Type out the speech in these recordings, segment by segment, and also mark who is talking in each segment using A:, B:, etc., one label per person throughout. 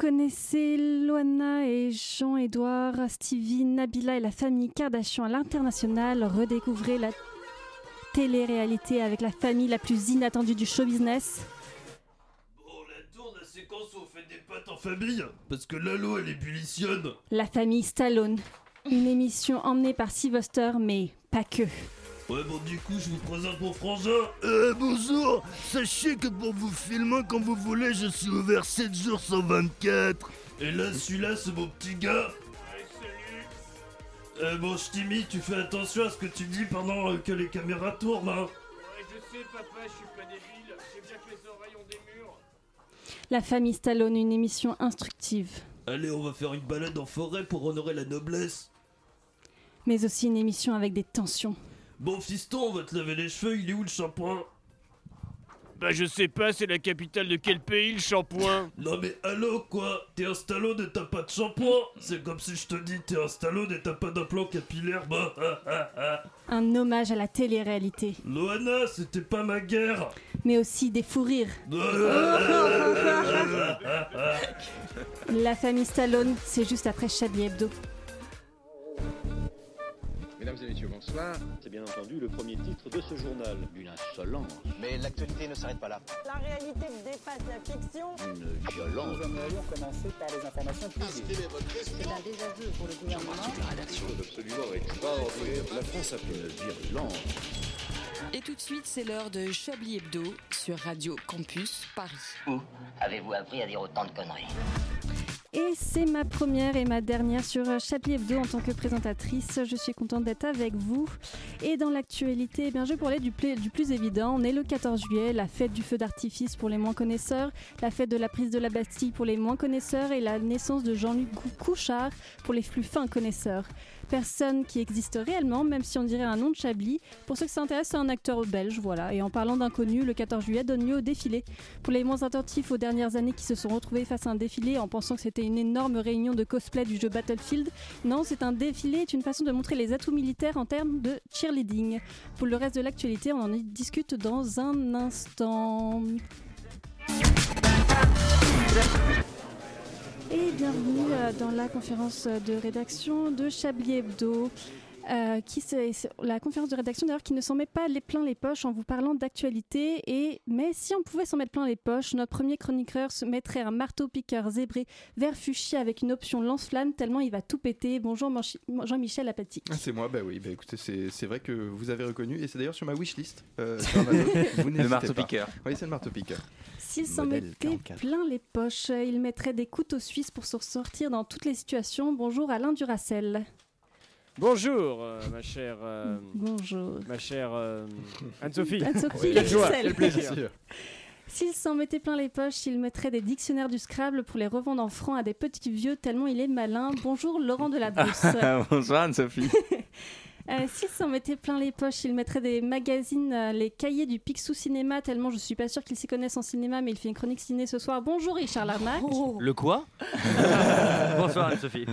A: connaissez Loana et Jean-Édouard, Stevie, Nabila et la famille Kardashian à l'international. Redécouvrez la télé-réalité avec la famille la plus inattendue du show business.
B: Bon, la tourne la séquence où on fait des pâtes en famille, parce que Lalo, elle ébullitionne.
A: La famille Stallone. Une émission emmenée par Sylvester, mais pas que.
B: Ouais, bon, du coup, je vous présente mon frangin. Euh, bonjour. Sachez que pour vous filmer quand vous voulez, je suis ouvert 7 jours sur 24. Et là, celui-là, c'est mon petit gars. Euh, bon, Timmy, tu fais attention à ce que tu dis pendant euh, que les caméras tournent, hein.
C: Ouais, je sais, papa, je suis pas débile. Je sais bien que les oreilles ont des murs.
A: La famille Stallone, une émission instructive,
B: Allez, on va faire une balade en forêt pour honorer la noblesse.
A: mais aussi une émission avec des tensions.
B: Bon, fiston, on va te laver les cheveux, il est où le shampoing
C: Bah, je sais pas, c'est la capitale de quel pays, le shampoing
B: Non mais allô, quoi T'es un stallone et t'as pas de shampoing C'est comme si je te dis t'es un stallone et t'as pas d'implant capillaire, bah ah, ah, ah.
A: Un hommage à la télé-réalité,
B: Loana, c'était pas ma guerre
A: mais aussi des fous rires. La famille Stallone, c'est juste après Chablis Hebdo.
D: Mesdames et messieurs, bonsoir.
E: C'est bien entendu le premier titre de ce journal. Une insolence,
D: Mais l'actualité ne s'arrête pas là.
F: La réalité dépasse la fiction.
E: une violence.
G: Et tout de suite, c'est l'heure de Chablis Hebdo sur Radio Campus Paris.
H: Où avez-vous appris à dire autant de conneries
A: Et c'est ma première et ma dernière sur euh, Chablis Hebdo en tant que présentatrice. Je suis contente d'être avec vous. Et dans l'actualité, eh bien, je parlais du, pla- du plus évident. On est le 14 juillet, la fête du feu d'artifice pour les moins connaisseurs, la fête de la prise de la Bastille pour les moins connaisseurs et la naissance de Jean-Luc Cou- Couchard pour les plus fins connaisseurs. Personne qui existe réellement, même si on dirait un nom de Chablis. Pour ceux que ça intéresse, c'est un acteur belge, voilà. Et en parlant d'inconnu, le 14 juillet donne lieu au défilé pour les moins attentifs aux dernières années qui se sont retrouvés face à un défilé en pensant que c'était une énorme réunion de cosplay du jeu Battlefield, non, c'est un défilé, est une façon de montrer les atouts militaires en termes de cheerleading. Pour le reste de l'actualité, on en y discute dans un instant. Et bienvenue euh, dans la conférence de rédaction de Chablis Hebdo. Euh, qui se- se- la conférence de rédaction d'ailleurs qui ne s'en met pas les pleins les poches en vous parlant d'actualité et mais si on pouvait s'en mettre plein les poches notre premier chroniqueur se mettrait un marteau piqueur zébré vert fuchsia avec une option lance-flamme tellement il va tout péter bonjour Manchi- Jean-Michel Apathy
I: Ah, c'est moi, bah oui, bah écoutez, c'est c'est vrai que vous avez reconnu, et c'est d'ailleurs sur ma wishlist. euh, sur Amazon. Vous n'hésitez
J: Le marteau
I: pas.
J: piqueur.
I: Oui, c'est le marteau piqueur.
A: S'il s'en
I: Modèle
A: mettait
I: 44.
A: plein les poches, euh, il mettrait des couteaux suisses pour se sortir dans toutes les situations. Bonjour Alain Duracel.
C: Bonjour, euh, ma chère. euh,
A: Bonjour.
C: ma chère. euh, Anne-Sophie.
A: Anne-Sophie
C: Quelle joie,
A: Duracell.
C: quel plaisir.
A: S'il s'en mettait plein les poches, il mettrait des dictionnaires du Scrabble pour les revendre en francs à des petits vieux tellement il est malin. Bonjour Laurent
K: Ah,
A: Delabrousse.
J: Ah Bonsoir Anne-Sophie.
A: Euh, S'il s'en mettait plein les poches, il mettrait des magazines, euh, les cahiers du Picsou Cinéma tellement je suis pas sûre qu'il s'y connaisse en cinéma mais il fait une chronique ciné ce soir. Bonjour Richard Larnac.
L: Oh.
J: Le quoi Bonsoir Anne-Sophie.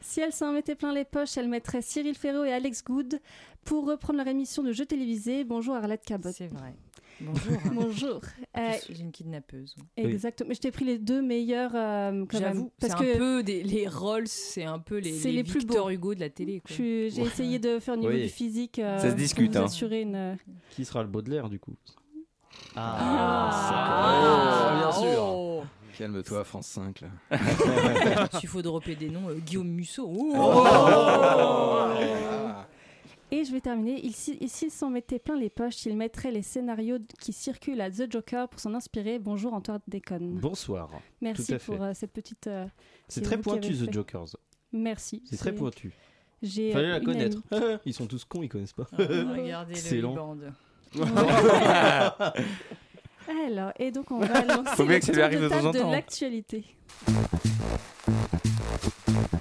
A: Si elle s'en mettait plein les poches, elle mettrait Cyril Ferraud et Alex Good pour reprendre leur émission de jeu télévisé. Bonjour Arlette Cabot.
K: C'est vrai. Bonjour.
A: Bonjour. Euh,
K: Je suis une kidnappeuse.
A: Exactement. Mais je t'ai pris les deux meilleurs euh, quand même.
K: J'avoue, c'est un peu des, les Rolls, c'est un peu les,
A: C'est
K: les
A: les plus
K: Victor
A: beaux.
K: Hugo de la télé.
A: je
K: Quoi.
A: suis- j'ai essayé de faire au niveau
J: Oui.
A: du physique. euh,
J: Ça se discute,
A: pour vous
J: hein.
A: assurer une. euh,
M: Qui sera le Baudelaire du coup
K: Ah.
M: Ah,
A: Ah.
I: bien sûr.
K: oh.
I: Calme-toi, France 5, là.
K: S'il faut dropper des noms, euh, Guillaume Musso. Oh.
J: Oh.
I: Ah.
A: Et je vais terminer. Il s'y- et S'il s'en mettait plein les poches, il mettrait les scénarios qui circulent à The Joker pour s'en inspirer. Bonjour Antoine Déconne.
M: Bonsoir.
A: Merci
M: tout à fait.
A: pour euh, cette petite. euh,
M: C'est
A: c'est
M: très
A: vous qui avez
M: pointu, The
A: fait.
M: Jokers.
A: Merci.
M: C'est très pointu.
A: J'ai,
M: Fallait
A: euh,
M: la
A: une
M: connaître. Ah,
A: amie.
M: Ils sont tous cons, ils connaissent pas.
K: Ah, regardez le
M: Excellent.
K: band.
A: Alors, et donc on va lancer
J: Faut bien
A: le
J: que ça lui
A: tour
J: arrive
A: de
J: de temps
A: table
J: en
A: de
J: temps.
A: l'actualité.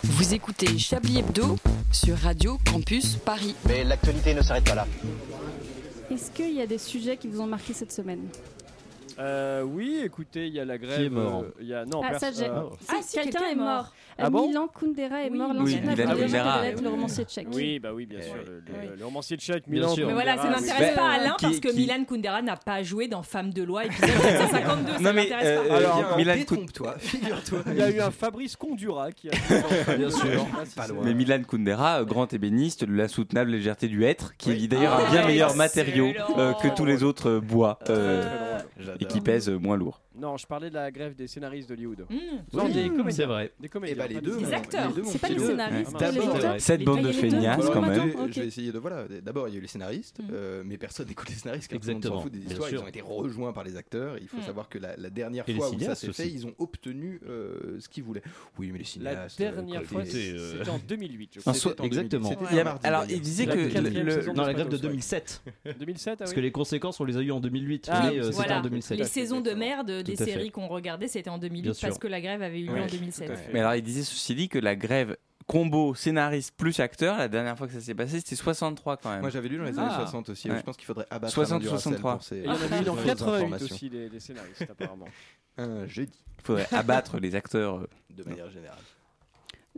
G: Vous écoutez Chablis Hebdo sur Radio Campus Paris.
D: Mais l'actualité ne s'arrête pas là.
A: Est-ce qu'il y a des sujets qui vous ont marqué cette semaine
N: Euh, oui, écoutez, il y a la grève.
M: est mort
N: euh, il y a... Non,
A: Ah, ça,
N: personne.
A: j'ai- Ah, si, quelqu'un est mort.
N: Ah
A: Euh,
N: bon
A: Milan Kundera est mort, l'ancien
N: Milan
A: patron de
N: Kundera.
A: Jean Galette, le romancier tchèque.
N: Oui, bah oui, bien sûr. Le, le- le romancier tchèque,
M: Bien
N: Milan.
M: sûr.
K: Mais voilà, ça
N: Kundera, Ah,
K: n'intéresse
N: oui.
K: pas Alain parce que Milan Kundera n'a pas joué dans Femme de loi épisode 752. ça
J: Non, mais,
K: l'intéresse
J: euh,
K: pas.
J: Alors, bien, Milan
I: détrompe-toi, figure-toi.
N: Il y a eu un Fabrice Condura qui a. Bien
J: sûr. Mais Milan Kundera, euh, grand ébéniste de la soutenable légèreté du être, qui vit d'ailleurs
N: Ah,
J: un bien meilleur
N: excellent.
J: matériau euh, que tous les autres euh, bois euh, et qui pèse euh, moins lourd.
N: Non, je parlais de la grève des scénaristes d'Hollywood.
J: Oui,
N: des comédiens.
J: c'est vrai.
N: Des comédiens.
I: bah, les
N: pas
I: deux,
N: des-
I: Des mon- acteurs. les deux, mon C'est pas petit les Dieu. scénaristes,
N: Ah, mince.
I: les
J: D'abord, cette bande de feignasses, quand même.
I: Je vais essayer de voilà. D'abord, il y a eu les
N: Mm.
I: scénaristes, euh, mais personne n'écoute les scénaristes. car tout le monde s'en
M: Exactement,
I: fout des
M: bien
I: histoires.
M: sûr.
I: Ils ont été rejoints par les acteurs. Il faut
M: Mm.
I: savoir que la, la dernière
M: Et les
I: fois où ça
M: cinéastes
I: s'est fait,
M: aussi.
I: ils ont obtenu euh, ce qu'ils voulaient. Oui, mais les
N: La
I: cinéastes. euh,
N: dernière
I: côté-
N: fois, c'était en 2008. je
I: En
N: crois.
I: soi-
N: C'était en
M: Exactement.
N: 2008.
M: Il y a-
N: C'était un mardi,
M: alors,
N: d'ailleurs.
M: il disait
N: La
M: que
N: quatrième
M: le-
N: saison
M: non,
N: de
M: la grève de
N: Spartacus, ouais.
M: 2007.
N: 2007, ah
M: Parce
N: oui.
M: que les conséquences, on les a eues en 2008.
N: Ah,
M: mais euh, c'était
K: Voilà.
M: en 2007.
K: Les saisons de merde des
M: Tout à fait.
K: séries qu'on regardait, c'était en 2008
J: Bien
K: parce
J: sûr.
K: que la grève avait eu lieu
J: Ouais.
K: en 2007.
J: Mais alors, il disait ceci dit que la grève combo scénariste plus acteur, la dernière fois que ça s'est passé, c'était 63 quand même.
I: Moi, j'avais lu dans les années
K: Ah.
I: 60 aussi, je pense qu'il faudrait abattre Alain
J: 60
I: Duracell
J: 63.
I: pour ces-
N: Et il y en avait eu dans
I: Fausses
N: 88
I: informations.
N: aussi, des, des scénaristes, apparemment.
I: Un jeudi.
J: Il faudrait abattre les
M: euh,
J: acteurs.
I: De manière générale.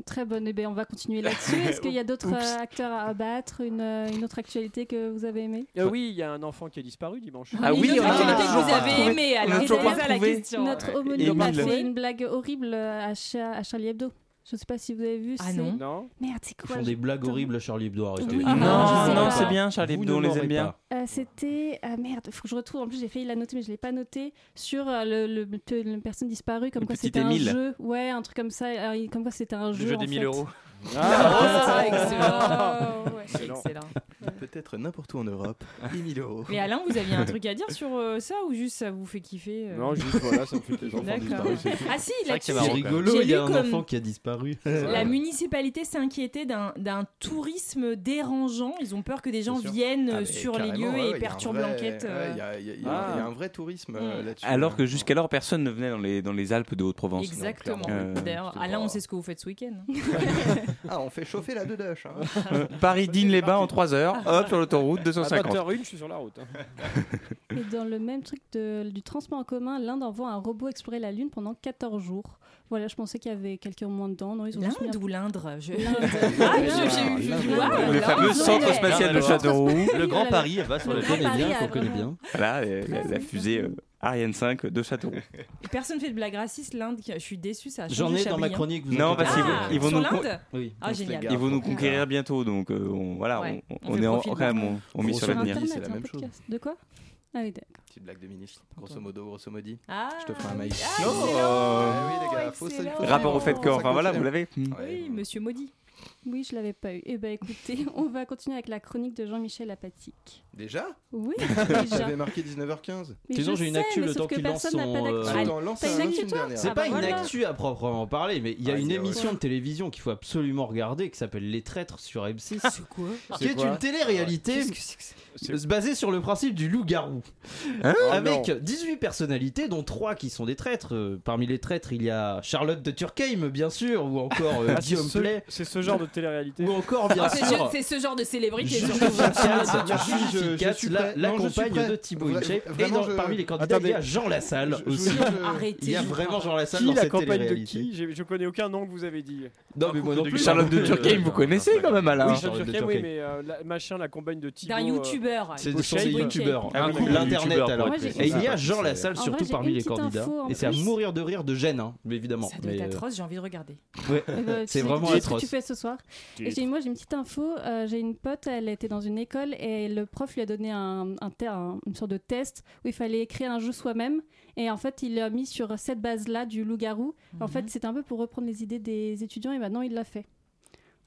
A: Très bonne, eh bien, on va continuer là-dessus. Est-ce qu'il y a d'autres
N: Oups.
A: euh, acteurs à abattre une, euh, une autre actualité que vous avez aimée
N: Ah oui, il y a un enfant qui a disparu dimanche.
A: Ah oui, Une autre on a- actualité que vous
N: Ah.
A: avez aimée,
N: On a
A: alors.
N: toujours
A: Et
N: pas
A: d'ailleurs,
N: trouvé.
A: Notre homonyme a fait une blague horrible euh, à, Cha- à Charlie Hebdo. Je ne sais pas si vous avez vu.
K: Ah
A: c'est-
K: non.
A: Merde, c'est
M: Ils
A: quoi
M: font
A: je-
M: des blagues horribles à Charlie Hebdo. Arrêtez.
A: Oui, Ah, je sais pas.
M: Vous
J: Hebdo,
M: ne
J: on les aime
M: l'aurez
J: bien.
M: pas.
A: Euh, C'était. Ah merde, faut que je retrouve. En plus, j'ai failli la noter, mais je l'ai pas notée. Sur euh, le, le, le- le personne disparue, comme quoi
J: petit
A: c'était un
J: Émile.
A: jeu. Ouais, un truc comme ça. Alors, il- comme quoi c'était un jeu.
J: jeu
A: en
J: des 1000
A: fait.
J: euros.
K: Ah, excellent. Ouais,
I: Excellent.
K: excellent.
I: Peut-être n'importe où en Europe. 10 000 euros.
K: Mais Alain, vous aviez un truc à dire sur euh, ça ou juste ça vous fait kiffer euh
N: Non, juste voilà, ça me fait plaisir.
K: D'accord. Ah si,
M: C'est vrai
K: là-dessus,
M: que c'est marrant,
K: j'ai-
M: rigolo,
K: j'ai
M: il y a
K: lu
M: un
K: comme-
M: enfant qui a disparu.
K: La municipalité s'est inquiétée d'un d'un tourisme dérangeant. Ils ont peur que des gens
I: Ah,
K: viennent euh, sur les lieux et perturbent l'enquête. euh.
I: Il y, a- il y a- il y a
K: Ah.
I: il y a un vrai tourisme euh, là-dessus.
J: Alors que jusqu'alors, personne ne venait dans les, dans les Alpes de Haute-Provence.
K: Exactement.
J: Euh,
K: D'ailleurs, Alain, on sait ce que vous faites ce week-end.
I: Ah, on fait chauffer la dedoche. Hein.
J: euh, Paris-Digne-les-Bains en 3 heures, hop, sur l'autoroute,
N: À
K: Ah, bah,
J: 250.
N: 20h01, je suis sur la route. hein.
A: Et dans le même truc de- du transport en commun, l'Inde envoie un robot explorer la Lune pendant 14 jours. Voilà, je pensais qu'il y avait quelques moments dedans. Non, ils ont
K: L'Inde ou l'Indre je... je-
A: Ah,
K: j'ai eu-
A: L'Inde.
K: je- waouh,
J: Le
K: l'Inde,
J: fameux
K: ouais.
J: centre spatial de
M: Le
J: Châteauroux.
M: Le Grand Paris, elle va sur le
K: Grand Paris, alors.
J: Voilà, euh, la, la fusée euh, Ariane 5 de Châteauroux.
K: Personne fait de blague raciste, l'Inde. qui- Je suis déçu, ça a changé.
M: J'en ai dans ma
K: Chablis, hein.
M: chronique, vous
J: Non, parce qu'ils
K: Ah,
J: vont- ils vont
K: sur
J: nous con-
K: l'Inde
M: Oui.
K: Ah, génial.
J: Ils vont nous conquérir bientôt, donc euh, on, voilà,
K: Ouais,
J: on,
K: on
J: on
K: fait
J: est en,
K: profil
J: quand même, on, on mise sur l'avenir.
A: Internet, un podcast. De quoi Ah oui, d'accord.
I: Petite blague de ministre. Grosso modo, grosso modi.
K: Ah,
I: je te ferai un maïs.
K: ah,
I: Oh.
K: excellent,
I: Ah oui, les gars, faut ça- il faut ça-
J: Rapport au fait de corps, enfin voilà, vous l'avez.
K: Oui, monsieur maudit.
A: Oui, je l'avais pas eu. Eh ben écoutez, on va continuer avec la chronique de Jean-Michel Apatique.
I: Déjà
A: Oui, déjà.
I: J'avais marqué 19h15.
A: Mais Sinon, je j'ai une sais, actu mais le sauf temps que qu'il lance personne n'a pas son, d'actu. euh,
I: Attends, lance
A: T'as
I: un-
A: une
I: lance
A: actu,
I: une
A: toi
I: dernière.
M: C'est
A: Ah
M: pas
A: bah
M: une
A: voilà.
M: actu à proprement parler, mais il y a
I: Vas-y,
M: une
I: ouais.
M: émission de télévision qu'il faut absolument regarder qui s'appelle Les Traîtres sur M6.
K: C'est quoi
M: Qui est une télé-réalité se basée sur le principe du loup-garou.
J: Hein Oh
M: Avec euh,
J: non.
M: 18 personnalités, dont 3 qui sont des traîtres. Euh, Parmi les traîtres, il y a Charlotte de Turckheim, bien sûr, ou encore euh,
N: Ah, c'est
M: Guillaume
N: ce-
M: Play.
N: C'est ce genre de télé-réalité.
M: Ou encore, bien
K: Ah, C'est
M: sûr.
K: ce- C'est ce genre de célébrité.
M: Juge
K: surtout.
M: efficace,
K: Merci.
M: juge
I: je
M: efficace,
I: suis
M: la,
I: prêt.
M: la
I: Non, je suis
M: compagne
I: prêt.
M: de Thibaut
I: Vra-
M: InShape. Et
I: vraiment,
M: dans-
I: je-
M: parmi les candidats,
N: Attendez.
M: il y a Jean Lassalle
N: Je- je-
M: aussi.
N: je-
M: Il y a vraiment Jean Lassalle
N: Qui
M: dans
N: la
M: cette
N: campagne de
M: télé-réalité.
N: qui J'ai- Je connais aucun nom que vous avez dit.
M: Non, mais moi non plus.
J: Charlotte de Turckheim, vous connaissez quand même, Alain.
N: Oui, Charlotte
M: Charlotte de
N: Turckheim, oui,
M: Turckheim.
N: mais euh, la- machin, la compagne de Thibaut.
K: D'un
N: euh,
K: youtubeur.
M: C'est
N: Thibaut
M: son
N: Shape.
M: youtubeur,
N: Ah oui.
M: l'internet
N: Youtubeur,
M: alors.
N: pour être
M: Et
N: précis.
M: il y a Jean Lassalle
K: En
M: surtout
K: vrai, j'ai
M: parmi
K: une
M: les
K: petite
M: candidats.
K: info en
M: Et c'est à
K: plus.
M: mourir de rire de gêne, hein, mais évidemment.
K: Ça doit
M: Mais,
K: être
M: euh,
K: atroce, j'ai envie de regarder.
M: ouais.
A: Eh ben, tu
M: C'est
A: sais
M: vraiment
A: que- ce que
M: atroce.
A: tu fais ce soir. Et j'ai- moi, j'ai une petite info. euh, j'ai une pote, elle était dans une école et le prof lui a donné un, un te- un- une sorte de test où il fallait écrire un jeu soi-même. Et en fait, il l'a mis sur cette base-là du loup-garou. En
I: Mhm.
A: fait, c'était un peu pour reprendre les idées des étudiants et maintenant il l'a fait.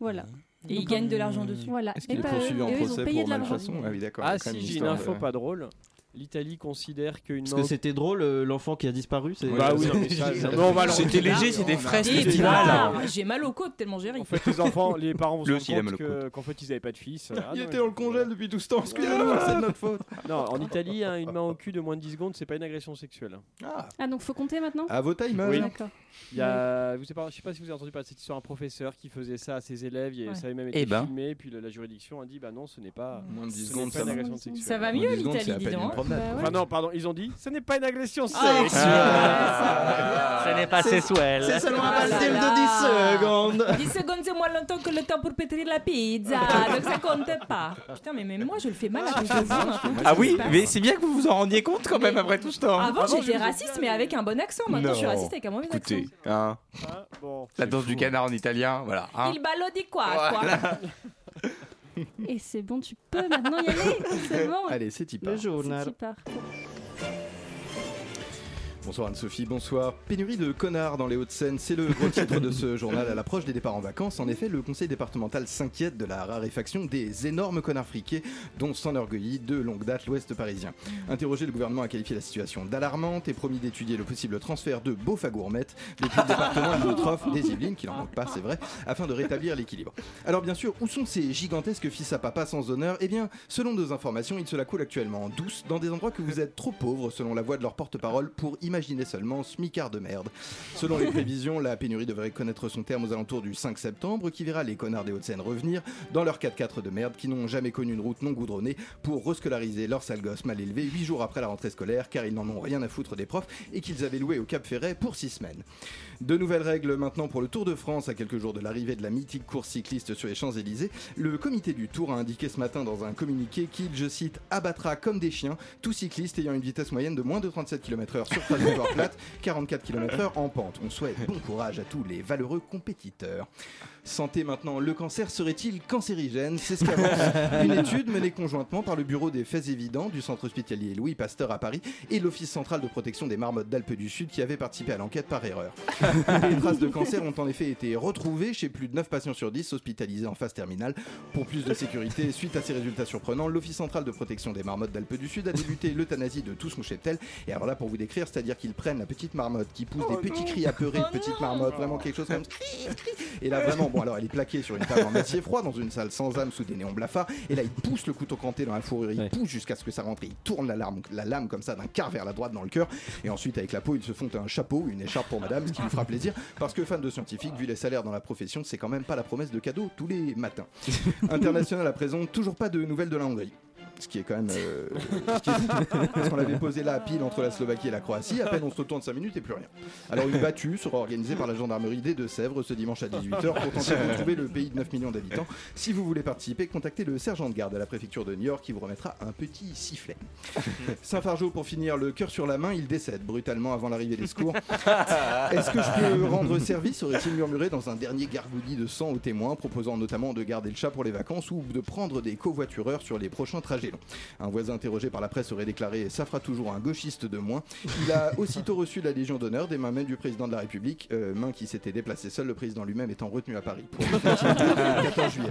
A: Voilà.
K: Et il gagne de l'argent dessus.
A: Voilà.
I: Mhm. Est-ce
A: Et
I: qu'il est
A: pas
I: poursuivi
A: eux.
I: en
A: Et eux, ils ont
I: procès
A: payé
I: pour
A: de l'argent.
I: malfaçon Ah oui, d'accord.
N: Ah
I: quand
N: si,
I: même
N: j'ai
I: une
N: une
I: histoire de-
N: info pas drôle. L'Italie considère qu'une
M: Parce que c'était drôle, euh, l'enfant qui a disparu. c'est-
N: Bah oui, non, mais ça,
M: J'ai-
N: non, on va le-
J: C'était léger,
N: on
J: c'était
N: a-
J: frais,
N: Des
J: c'était
N: blagues.
J: mal.
K: Ah, J'ai mal aux côtes tellement j'ai ri.
N: En fait, les enfants, les parents vont se
J: Lui
N: rendre
J: aussi, il a
N: compte
J: mal au
N: que- qu'en fait, ils n'avaient pas de fils. Ah,
I: Il
N: non,
I: était dans le congèle depuis tout ce temps, excusez-moi, c'est de notre faute.
N: Non, en Italie, hein, une main au cul de moins de 10 secondes, c'est pas une agression sexuelle.
I: Ah,
A: Ah, donc faut compter maintenant
I: à vos timers.
N: Oui.
A: D'accord.
N: Il y a, vous savez pas- je sais pas si vous avez entendu parler de cette histoire, un professeur qui faisait ça à ses élèves, et
K: Ouais.
N: ça avait même
J: Eh
N: été
J: ben.
N: filmé, puis la, la juridiction a dit bah non, ce n'est pas,
I: Moins de 10
N: ce n'est
I: secondes,
N: pas
I: ça
N: une
I: va.
N: agression sexuelle.
K: Ça va
I: Moins
K: mieux
I: de 10 secondes,
K: l'Italie,
I: c'est à
K: dis
I: peine
K: donc.
I: une tornade.
A: Bah ouais.
N: Enfin, non, pardon, ils ont dit ce n'est pas une agression
M: Ah,
N: sexuelle.
M: ah,
L: Ce n'est pas
M: C'est-
L: sexuel.
M: c'est seulement un
K: Ah là
M: pastel de
K: là.
M: 10 secondes.
K: 10 secondes, c'est moins longtemps que le temps pour pétrir la pizza. Donc ça compte pas. Putain, mais même moi, je le fais mal à hein. cause de vous, maintenant.
J: Ah oui, mais c'est bien que vous vous en rendiez compte quand même après tout ce temps.
K: Avant, j'étais raciste, mais avec un bon accent. Maintenant, je suis
J: Non.
K: raciste avec un mauvais accent. Ah.
J: Écoutez, hein, la danse
M: hein.
J: du canard en italien, voilà. hein.
K: Il ballo di quoi,
J: Voilà.
K: quoi.
A: Et c'est bon, tu peux maintenant y aller. C'est bon.
I: Allez, c'est y part.
A: C'est
I: journal.
A: y part.
I: Bonsoir Anne-Sophie, bonsoir. Pénurie de connards dans les Hauts-de-Seine, c'est le gros titre de ce journal à l'approche des départs en vacances. En effet, le conseil départemental s'inquiète de la raréfaction des énormes connards friqués dont s'enorgueillit de longue date l'Ouest parisien. Interrogé, le gouvernement a qualifié la situation d'alarmante et promis d'étudier le possible transfert de beauf à gourmette depuis le département limitrophe des Yvelines, qui n'en manque pas, c'est vrai, afin de rétablir l'équilibre. Alors bien sûr, où sont ces gigantesques fils à papa sans honneur Eh bien, selon nos informations, ils se la coulent actuellement en douce dans des endroits que vous êtes trop pauvres, selon la voix de leur porte-parole, pour imaginer seulement ce micard de merde. Selon les prévisions, la pénurie devrait connaître son terme aux alentours du 5 septembre, qui verra les connards des Hauts-de-Seine revenir dans leur 4x4 de merde qui n'ont jamais connu une route non goudronnée pour rescolariser leurs sales gosses mal élevés 8 jours après la rentrée scolaire, car ils n'en ont rien à foutre des profs et qu'ils avaient loué au Cap Ferret pour 6 semaines. De nouvelles règles maintenant pour le Tour de France à quelques jours de l'arrivée de la mythique course cycliste sur les Champs-Élysées. Le comité du Tour a indiqué ce matin dans un communiqué qu'il, je cite, abattra comme des chiens tout cycliste ayant une vitesse moyenne de moins de 37 km/h sur trajectoire plate, 44 km/h en pente. On souhaite bon courage à tous les valeureux compétiteurs. Santé maintenant, le cancer serait-il cancérigène C'est ce qu'avance une étude menée conjointement par le Bureau des faits évidents du Centre hospitalier Louis Pasteur à Paris et l'Office central de protection des marmottes d'Alpes du Sud qui avait participé à l'enquête par erreur. Des traces de cancer ont en effet été retrouvées chez plus de 9 patients sur 10 hospitalisés en phase terminale. Pour plus de sécurité, suite à ces résultats surprenants, l'Office central de protection des marmottes d'Alpes du Sud a débuté l'euthanasie de tout son cheptel. Et alors là, pour vous décrire, c'est-à-dire qu'ils prennent la petite marmotte qui pousse des petits cris apeurés de petite marmotte, vraiment quelque chose comme ça. Et là, vraiment, bon, alors elle est plaquée sur une table en acier froid dans une salle sans âme sous des néons blafards. Et là, il pousse le couteau canté dans la fourrure, il pousse jusqu'à ce que ça rentre. et Il tourne la, larme- la lame comme ça d'un quart vers la droite dans le cœur. Et ensuite, avec la peau, ils se font un chapeau ou une écharpe pour madame, ce qui lui fera plaisir. Parce que fan de scientifiques, vu les salaires dans la profession, c'est quand même pas la promesse de cadeaux tous les matins. International à présent, toujours pas de nouvelles de la Hongrie. Ce qui est quand même. euh, ce qui est- parce qu'on l'avait posé là à pile entre la Slovaquie et la Croatie. À peine on se tourne 5 minutes et plus rien. Alors une battue sera organisée par la gendarmerie des Deux-Sèvres ce dimanche à 18h pour tenter de retrouver le pays de 9 millions d'habitants. Si vous voulez participer, contactez le sergent de garde à la préfecture de New York qui vous remettra un petit sifflet. Saint-Fargeau, pour finir, le cœur sur la main, il décède brutalement avant l'arrivée des secours. Est-ce que je peux rendre service aurait-il murmuré dans un dernier gargouillis de sang aux témoins, proposant notamment de garder le chat pour les vacances ou de prendre des covoitureurs sur les prochains trajets longs. Un voisin interrogé par la presse aurait déclaré Ça fera toujours un gauchiste de moins. Il a aussitôt reçu la Légion d'honneur des mains même du président de la République, euh, main qui s'était déplacée seule, le président lui-même étant retenu à Paris pour le 14 juillet.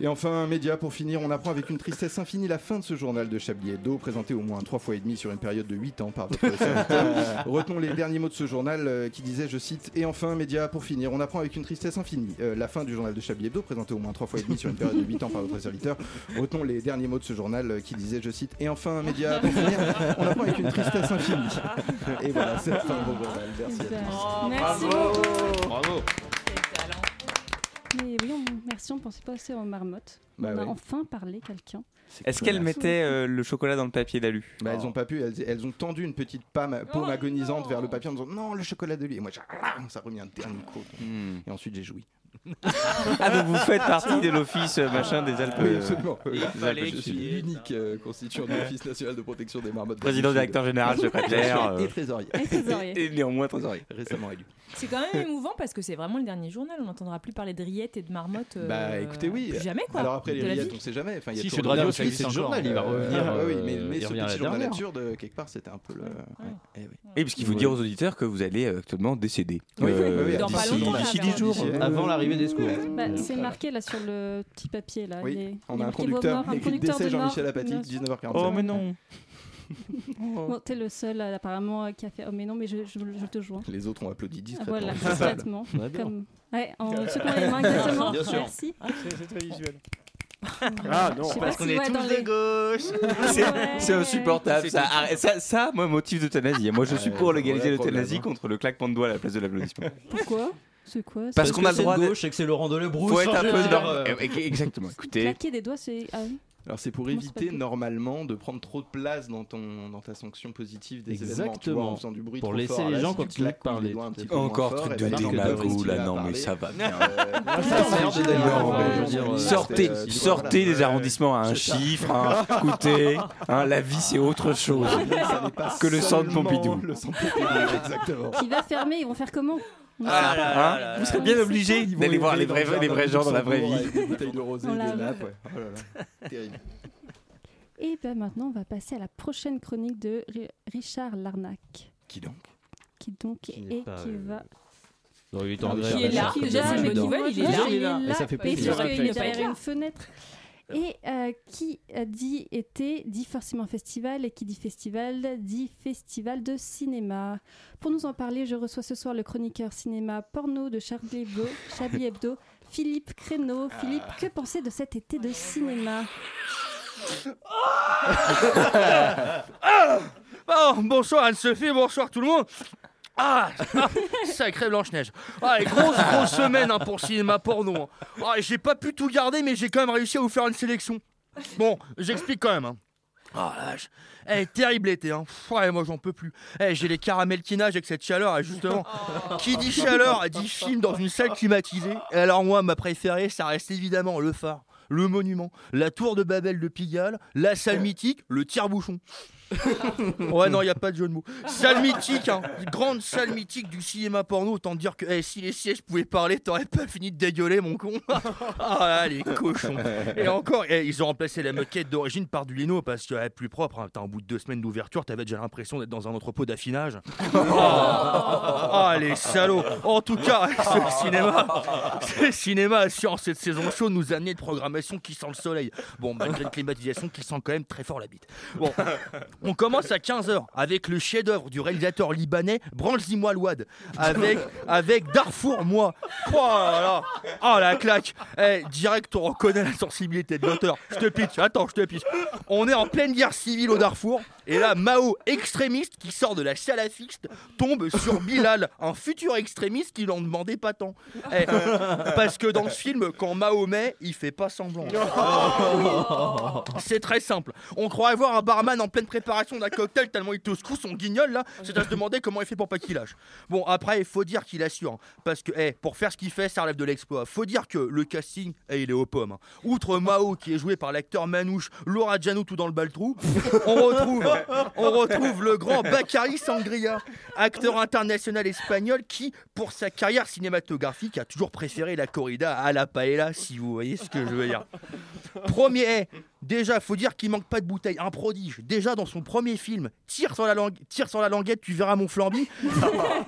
I: Et enfin, un média pour finir, on apprend avec une tristesse infinie la fin de ce journal de Chablis Hebdo, présenté au moins trois fois et demi sur une période de 8 ans par votre serviteur. Retenons les derniers mots de ce journal euh, qui disait, je cite, Et enfin, média pour finir, on apprend avec une tristesse infinie euh, la fin du journal de Chablis Hebdo, présenté au moins trois fois et demi sur une période de 8 ans par votre serviteur. Retenons les derniers mots de ce journal euh, qui disait, je cite, Et enfin, média pour finir, on apprend avec une tristesse infinie. Et voilà, c'est la fin de mon journal. Merci à tous.
A: Merci beaucoup.
I: Bravo
A: Mais oui, on- merci, on pensait pas assez aux marmottes.
I: Bah
A: on a
I: ouais.
A: enfin parlé quelqu'un.
J: Est-ce qu'elle mettait euh, le chocolat dans le papier d'alu
I: Bah, elles ont pas pu, elles, elles ont tendu une petite pâme- paume agonisante vers le papier en disant non, le chocolat de lui. Et moi, j'ai- ça remis un dernier coup. Et ensuite, j'ai joui.
J: Ah, donc vous faites partie de l'office euh, machin des Alpes.
I: Oui, absolument.
J: euh,
I: Oui,
J: des Alpes
I: je
J: du
I: suis
J: Sud.
I: l'unique euh, constituant de l'Office national de protection des marmottes.
J: Président, directeur général, secrétaire, euh.
I: Et trésorier.
K: Et trésorier.
J: Et néanmoins trésorier.
I: Récemment élu.
K: C'est quand même émouvant parce que c'est vraiment le dernier journal. On n'entendra plus parler de rillettes et de marmottes. euh,
I: Bah écoutez, oui.
K: plus jamais quoi.
I: Alors après les
K: de la
I: rillettes,
K: vie.
I: on sait jamais. Enfin, il y a
M: Si,
I: toujours
M: Sud Radio,
I: le-
M: ça existe
I: c'est le
M: encore.
I: journal, il va
M: Euh,
I: revenir.
M: ah
I: oui,
M: oui,
I: mais,
M: il
I: mais ce
M: revient à la
I: petit journal
M: dernière.
I: absurde, euh, quelque part, c'était un peu le. ouais. Eh oui.
J: Et parce qu'il faut dire aux auditeurs que vous allez euh, actuellement décéder. Euh,
I: Oui, oui, oui, oui.
M: Dans pas
J: d'ici-
M: longtemps,
J: d'ici
M: là,
J: 10
M: avant.
J: jours.
M: D'ici, euh, Avant l'arrivée des secours.
A: Bah, c'est marqué là sur le petit papier là.
I: Oui,
A: il est-
I: on
A: il est
I: a un
A: marqué
I: conducteur
A: mort, un
I: écrit
A: conducteur
I: décès
A: de mort.
I: Jean-Michel Apathy,
A: Non.
I: 19h45. Oh, mais non.
A: Bon, t'es le seul euh, apparemment euh, qui a fait. Oh mais non, mais je, je- je te joins.
I: Les autres ont applaudi discrètement.
A: Voilà,
I: C'est ça.
A: discrètement.
I: On adore. Euh,
A: Comme... Ouais, en secouant les mains exactement. Merci.
N: C'est très visuel.
J: Ah
A: Je sais
J: non,
A: pas si, ouais, dans les-
J: C'est- c'est insupportable.
N: C'est
J: Ça,
N: tout.
J: Arrête- ça, ça, moi, motif d'euthanasie. Moi, je suis pour légaliser
M: voilà,
J: l'euthanasie
I: hein.
M: problème,
J: contre le claquement de doigts à la place de l'applaudissement.
A: Pourquoi C'est quoi ça
J: Parce qu'on a le
M: c'est de
J: droit de-
M: gauche et que c'est Laurent Delebrousse.
J: Faut être un peu
M: en
J: de
M: général.
J: leur- Exactement. Écoutez,
A: Claquer des doigts, c'est. Ah oui.
I: Alors c'est pour
M: Comment ça
I: éviter
M: s'appelle
I: normalement de prendre trop de place dans ton dans ta sanction positive des événements. tu vois,
M: Exactement.
I: en faisant du bruit
M: Pour
I: trop
M: laisser
I: fort.
M: les
I: Là,
M: gens
I: si tu
M: continuer de
I: claques les
M: parler.
I: doigts un petit peu moins
J: Encore
I: fort,
J: truc
I: eh
J: de
I: ben, tu
J: démagou
I: devrais
J: là,
I: continuer à
J: non mais
I: parler.
J: ça va bien.
I: marche d'ailleurs, je veux dire, euh,
J: Sortez,
I: c'était, euh,
J: sortez des arrondissements à un
I: C'est ça.
J: chiffre, hein. écoutez, hein, la vie c'est autre chose
I: Ah, Ça n'est pas
J: que le centre
I: seulement
J: Pompidou.
I: le centre Pompidou, exactement.
A: Qui va fermer, ils vont faire comment On ne
J: Ah
A: sait pas.
J: là là là là. Vous serez bien obligé
I: Ils vont
J: d'aller voir les
I: arriver
J: vrais,
I: dans un
J: les vrais gens dans la vraie
I: Luxembourg
J: vie.
I: avec Des bouteilles de rosé
A: On
I: et
A: la
I: des
A: veut.
I: nappes. ouais. Oh là là. Terrible.
A: Et bien maintenant, on va passer à la prochaine chronique de Ri- Richard Larnac,
I: Qui donc
A: qui donc
M: n'est
A: est,
M: pas,
A: qui
M: euh,
A: va.
M: Non, il est
A: Ah, Qui
M: en grève,
A: est
M: la
A: là,
M: charte,
A: qui est là,
M: comme
A: mais qui
M: dedans.
A: mange
M: Il est
A: pas,
M: là,
A: il est là,
M: Et ça fait
A: et
M: plaisir.
A: sauf qu'il est derrière
F: Réflexe.
A: une fenêtre. Et euh, qui euh, dit été dit forcément festival, et qui dit festival dit festival de cinéma. Pour nous en parler, je reçois ce soir le chroniqueur cinéma porno de Charlie Hebdo, Chablis Hebdo Philippe Créneau.
I: Ah.
A: Philippe, que penser de cet été de cinéma
L: Ah Bon, bonsoir Anne-Sophie, bonsoir tout le monde. Ah, ah, sacré Blanche-Neige. Ah, et grosse, grosse semaine hein, pour cinéma porno. hein. Ah, et j'ai pas pu tout garder, mais j'ai quand même réussi à vous faire une sélection. Bon, j'explique quand même. hein. Ah la vache. Eh, terrible été, hein. Pff, ouais, moi j'en peux plus. Eh, j'ai les caramels qui nagent avec cette chaleur, et justement. Qui dit chaleur a dit film dans une salle climatisée. Et alors, moi, ma préférée, ça reste évidemment le phare, le monument, la tour de Babel de Pigalle, la salle mythique, le tire-bouchon. ouais, non, il n'y a pas de jeu de mots. Salle mythique, hein. grande salle mythique du cinéma porno. Autant dire que eh, si les sièges pouvaient parler, t'aurais pas fini de dégueuler, mon con. ah, là, les cochons. Et encore, eh, ils ont remplacé la moquette d'origine par du lino parce que eh, plus propre. hein. Putain, au bout de deux semaines d'ouverture, t'avais déjà l'impression d'être dans un entrepôt d'affinage. Ah, les salauds. En tout cas, ce cinéma, ce cinéma a su en cette saison chaude nous amener de programmation qui sent le soleil. Bon, malgré une climatisation qui sent quand même très fort la bite. Bon, on commence à 15h avec le chef-d'œuvre du réalisateur libanais Branle-moi l'ouad. Avec, avec Darfour, moi. Oh là là. Oh, la claque. Eh, direct, on reconnaît la sensibilité de l'auteur. Je te pitch, attends, je te pitch. On est en pleine guerre civile au Darfour. Et là, Mao, extrémiste qui sort de la salafiste, tombe sur Bilal, un futur extrémiste qui l'en demandait pas tant. Eh, parce que dans le film, quand Mahomet, il fait pas semblant. C'est très simple. On croit avoir un barman en pleine préparation d'un cocktail tellement il te secoue son guignol là. C'est à se demander comment il fait pour pas qu'il lâche. Bon, après, il faut dire qu'il assure. hein, Parce que, eh, pour faire ce qu'il fait, ça relève de l'exploit. Faut dire que le casting, eh, il est aux pommes. hein. Outre Mao, qui est joué par l'acteur Manouche, Laura Janou tout dans le bal trou, on retrouve, on retrouve le grand Bacari Sangria, acteur international espagnol qui, pour sa carrière cinématographique, a toujours préféré la corrida à la paella, si vous voyez ce que je veux dire. Premier, eh, déjà, faut dire qu'il manque pas de bouteille. Un prodige. Déjà, dans son premier film, Tire sur la, langue, tire sur la languette, tu verras mon flambi.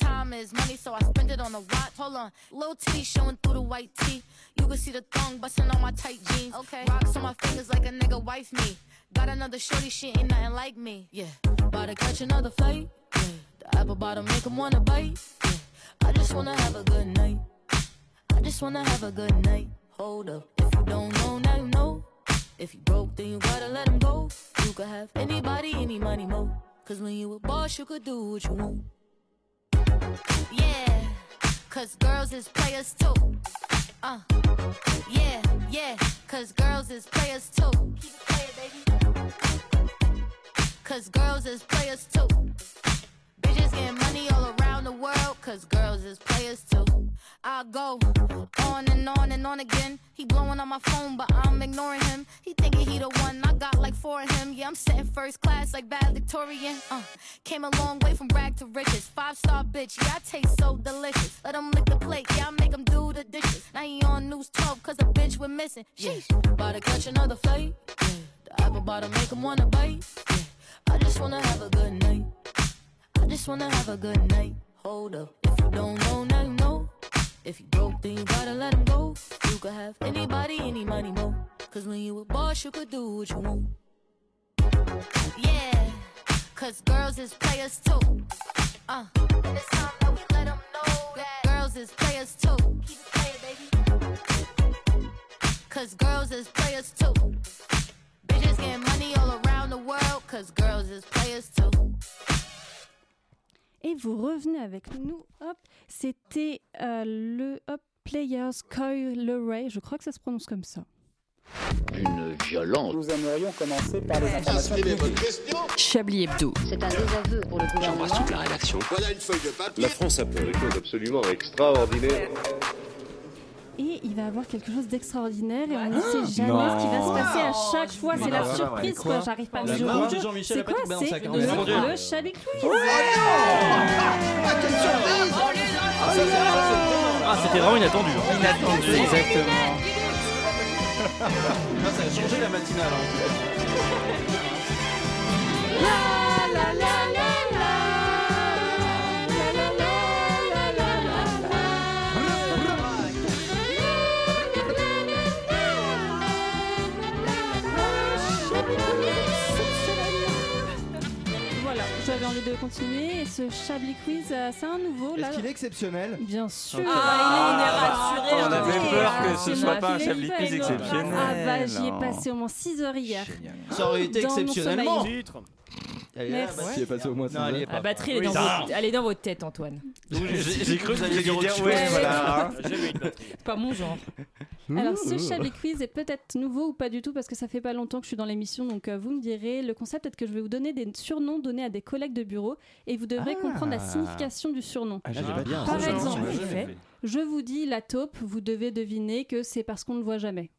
O: Time is money, so I spend it on a watch. Hold on, little T showing through the white tee. You can see the thong busting on my tight jeans. Okay, rocks on my fingers like a nigga wife me. Got another shorty, she ain't nothing like me. Yeah, about to catch another flight. Yeah. The apple bottom make 'em wanna bite. Yeah. I just wanna have a good night. I just wanna have a good night. Hold up, if you don't know, now you know. If you broke, then you gotta let him go. You could have anybody, any money, mo. Cause when you a boss, you could do what you want. Yeah, cause girls is players too. Uh, yeah, yeah, cause girls is players too. Keep it playing, baby. Cause girls is players too. Bitches getting money all around the world, cause girls is players too. I go on and on and on again. He blowing on my phone, but I'm ignoring him. He thinking he the one, I got like four of him. Yeah, I'm sitting first class like bad Victorian. Uh, came a long way from rag to riches. Five star bitch, yeah, I taste so delicious. Let him lick the plate, yeah, I make him do the dishes. Now he on news 12, cause the bitch we're missing. Sheesh. About to catch another flight. Yeah. The apple bottom make him wanna bite. Yeah. I just wanna have a good night. I just wanna have a good night. Hold up, if you don't know, now you know. If you broke, then you gotta let him go. You could have anybody, any money, mo. Cause when you a boss, you could do what you want. Yeah, cause girls is players too. Uh, and it's time that we let 'em know that girls is players too. Keep it playing, baby. Cause girls is players too. Bitches getting money all around the world, cause girls is players too.
A: Et vous revenez avec nous. Hop, c'était euh, le hop, Players Coil Ray. Je crois que ça se prononce comme ça.
E: Une violence.
P: Nous aimerions commencer par les informations
G: Chablis Hebdo.
P: C'est un désaveu pour le
E: J'embrasse toute la rédaction.
P: Voilà une feuille de
E: La France a fait des choses absolument extraordinaires.
A: Et il va avoir quelque chose d'extraordinaire et on ne sait jamais ce qui va se passer à chaque fois. C'est la surprise, quoi. J'arrive pas à
M: La
A: me
M: mort de
A: dire.
M: Jean-Michel
A: C'est
M: a pas
A: quoi
M: tout balancé à
A: C'est
M: 40. Mon Dieu.
A: le Chablis Quiz Oh,
M: Ah, c'était vraiment inattendu. Inattendu, exactement. ça a changé la matinale.
A: Voilà, j'avais envie de continuer. Et ce Chablis Quiz, euh, c'est un nouveau. là.
I: Est-ce qu'il est exceptionnel
A: Bien sûr. Bah,
I: Ah,
J: Ah, on avait peur que ce soit pas un Chablis Quiz exceptionnel.
A: Ah bah, j'y ai
J: Non.
A: passé au moins 6 heures hier.
M: Ça aurait été
A: Dans mon
M: exceptionnellement.
A: sommeil. Merci.
I: Qui est Ah. passé au moins
M: Non, elle y est
K: La batterie, elle est,
M: Oui,
K: dans
M: ça.
K: votre, elle est dans votre tête, Antoine.
M: J'ai j'ai cru que vous alliez dire autre chose.
I: voilà.
K: C'est pas mon genre.
M: Mmh.
J: Hmm.
A: Alors, ce Chablis Quiz est peut-être nouveau ou pas du tout parce que ça fait pas longtemps que je suis dans l'émission, donc euh, vous me direz. Le concept est que je vais vous donner des surnoms donnés à des collègues de bureau et vous devrez
K: Ah.
A: comprendre la signification du surnom.
K: Ah, j'ai pas bien. Ça,
A: Par
K: j'en ai
A: exemple,
K: jamais fait.
A: je vous dis la taupe, vous devez deviner que c'est parce qu'on ne le voit jamais.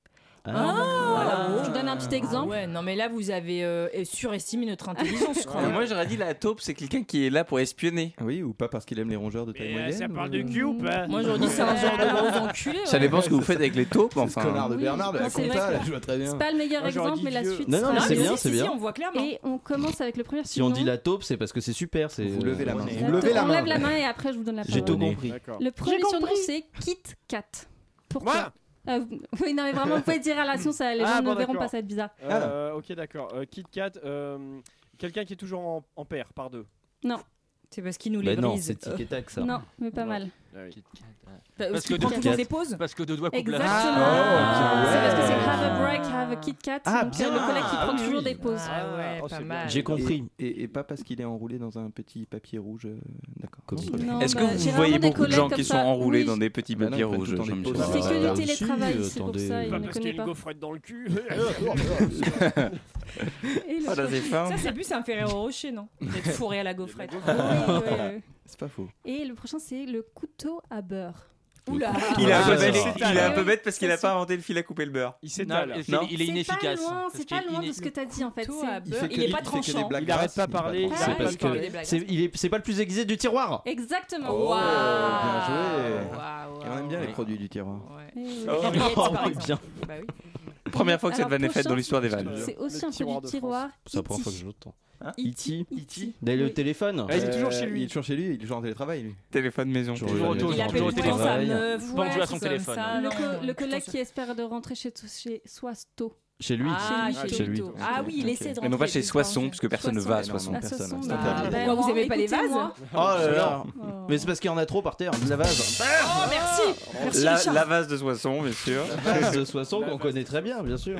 K: Ah.
A: Je vous donne un petit exemple.
K: Ouais, non mais là vous avez euh, surestimé notre intelligence, je crois.
J: Ah. Moi j'aurais dit la taupe, c'est quelqu'un qui est là pour espionner.
I: Oui, ou pas parce qu'il aime les rongeurs de taille moyenne.
C: ça parle de cul ou pas
K: Moi j'aurais dit c'est un genre de gros enculé.
J: Ça dépend ce que vous faites avec les taupes, enfin.
I: connard de Bernard, de la
A: non, c'est
I: compta,
A: vrai
I: là,
A: que-
I: je vois très bien.
A: C'est pas le meilleur
M: Ah,
K: Moi, j'aurais
A: exemple,
K: dit
A: mais la
K: vieux.
A: suite.
M: Non, non,
A: sera-
M: mais c'est bien,
A: si,
M: c'est
A: si,
M: bien.
A: on voit clairement. Et on commence avec le premier
M: Si on
A: surnom.
M: dit la taupe, c'est parce que c'est super. c'est- euh,
I: Vous levez la main.
M: Vous
A: Attends,
M: levez la
A: on
M: main.
A: lève la main et après je vous donne la parole.
M: J'ai tout compris.
A: Le premier surnom c'est Kit Kat. Pourquoi Euh, vous- Oui, non mais vraiment, vous pouvez dire à la science, les gens
N: Ah,
A: ne
N: bon,
A: verront
N: d'accord.
A: pas, ça va être bizarre.
M: Ah.
N: Euh, ok, d'accord. Euh, Kit Kat, euh, quelqu'un qui est toujours en, en paire par deux.
A: Non.
K: C'est parce qu'il nous
M: Bah
K: les
M: non,
K: brise.
M: c'est tic et tac ça.
A: Non, mais pas
K: Bah,
A: mal.
M: Ah
K: Parce que deux
M: Kat.
K: des pauses.
C: Parce que deux doigts coupent
A: Exactement.
C: la
A: C'est parce que c'est Have a Break, Have a Kit Kat.
M: Ah,
A: donc c'est le
M: bien.
A: collègue qui
M: Ah,
A: prend
M: oui,
A: toujours
M: oui.
A: des pauses.
K: Ah ouais, pas mal.
M: J'ai compris.
I: Et, et- et pas parce qu'il est enroulé dans un petit papier rouge. euh, D'accord.
A: Non,
J: Est-ce que
A: bah,
J: vous
A: j'ai vraiment
J: voyez
A: des
J: beaucoup de
A: collègues
J: gens
A: comme
J: qui sont
A: ça.
J: enroulés
A: Oui.
J: dans des petits
I: Bah non, ils
J: papiers
I: prennent
J: rouges
I: tout le temps des
J: Jean-Michel
I: pauses.
J: Jarre.
A: C'est que du télétravail,
M: si,
A: c'est pour
M: attendez.
A: ça, il
M: Pas
C: parce
A: ne
C: qu'il y a
A: connaît
C: une
A: pas.
C: gaufrette dans le cul.
A: Et le
J: Oh Ah, là, c'est
A: prochain-
J: fin.
K: Ça c'est plus un Ferrero Rocher, non D'être fourré à la gaufrette.
A: Oui, oui, oui.
I: C'est pas faux.
A: Et le prochain, c'est le couteau à beurre.
K: Oula
J: Il est un peu
M: Ah,
J: bête,
M: c'est
J: il est un peu
A: oui,
J: bête parce qu'il
A: ça
J: n'a pas inventé le fil à couper le beurre.
N: Il s'étale.
J: Non, non.
A: C'est Pas loin, c'est pas loin de ce que t'as dit en fait.
K: Couteau
A: c'est-
K: à
M: Il fait
K: beurre.
M: que
K: Il est
M: des-
K: pas
M: il fait que des
K: tranchant.
M: blagues
N: Il arrête pas
M: grasses, il
N: parler, il
M: C'est
N: arrête
M: parce
N: pas de
M: que
N: parler.
M: c'est- il est- c'est pas le plus aiguisé du tiroir.
A: Exactement.
M: Oh,
A: ah,
I: Bien joué.
K: Waouh.
I: Et on aime bien les produits du tiroir.
K: Henriette, par exemple.
M: Oh, bien.
K: Bah oui.
J: Première fois que cette
A: Alors,
J: vanne est faite
A: prochain,
J: dans l'histoire des vannes.
A: C'est aussi un peu
N: tiroir
A: du
N: de
A: tiroir.
M: C'est la première
A: E.T..
M: fois que je l'entends.
J: Hein
M: E.T.
A: E.T..
M: D'aller le
A: Oui.
M: téléphone.
N: Ah, il est toujours
I: Euh,
N: chez
I: Il
N: lui.
I: est toujours chez lui, il est toujours en téléphone lui.
J: Téléphone maison.
M: Toujours
C: au
K: Il appelle tout le temps sa
M: travail.
K: meuf.
C: Banque
K: ouais,
C: joue à son
K: comme
C: téléphone.
K: ça,
A: Le,
K: non,
A: co-
K: non,
A: le
K: tout le
A: collègue
K: temps
A: qui espère de rentrer chez, chez soi tôt.
M: Chez lui.
K: Ah,
A: Chez lui,
M: chez lui.
K: tôt. Ah oui, il essaie de
J: Mais
K: rentrer.
J: non pas chez
K: tout le temps.
J: Soisson,
A: hein.
J: parce que personne ne va à Soisson.
A: Ah, ce sont-
I: c'est
A: bah,
I: interdit.
A: bah,
K: Pourquoi, vous avez pas les
A: écoutez-moi.
K: vases
M: Oh là là. Mais c'est parce qu'il y en a trop par terre. La vase.
K: Oh, merci Merci
J: La,
K: Richard.
J: la vase de Soisson, bien sûr.
M: La vase de Soissons qu'on connaît très bien, bien sûr.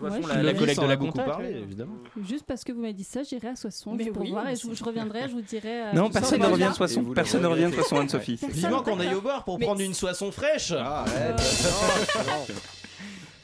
A: Ouais,
M: La, collègue de la beaucoup
N: contact,
M: parlé,
N: ouais.
M: évidemment.
A: Juste parce que vous m'avez dit ça, j'irai à Soissons
K: Mais
A: juste pour
K: oui,
A: voir
K: mais
A: et je, vous- je reviendrai, je vous dirai. euh,
J: Non,
A: tout ça.
J: personne ne
A: Voilà.
J: revient de
I: Et
J: Soisson.
I: vous le
J: Personne ne revient de
I: regrettez.
J: Soisson, Anne-Sophie.
A: Personne
M: Vivant
A: ne
M: qu'on aille
A: parle.
M: au bar pour
K: Mais-
M: prendre une Soisson fraîche. Ah,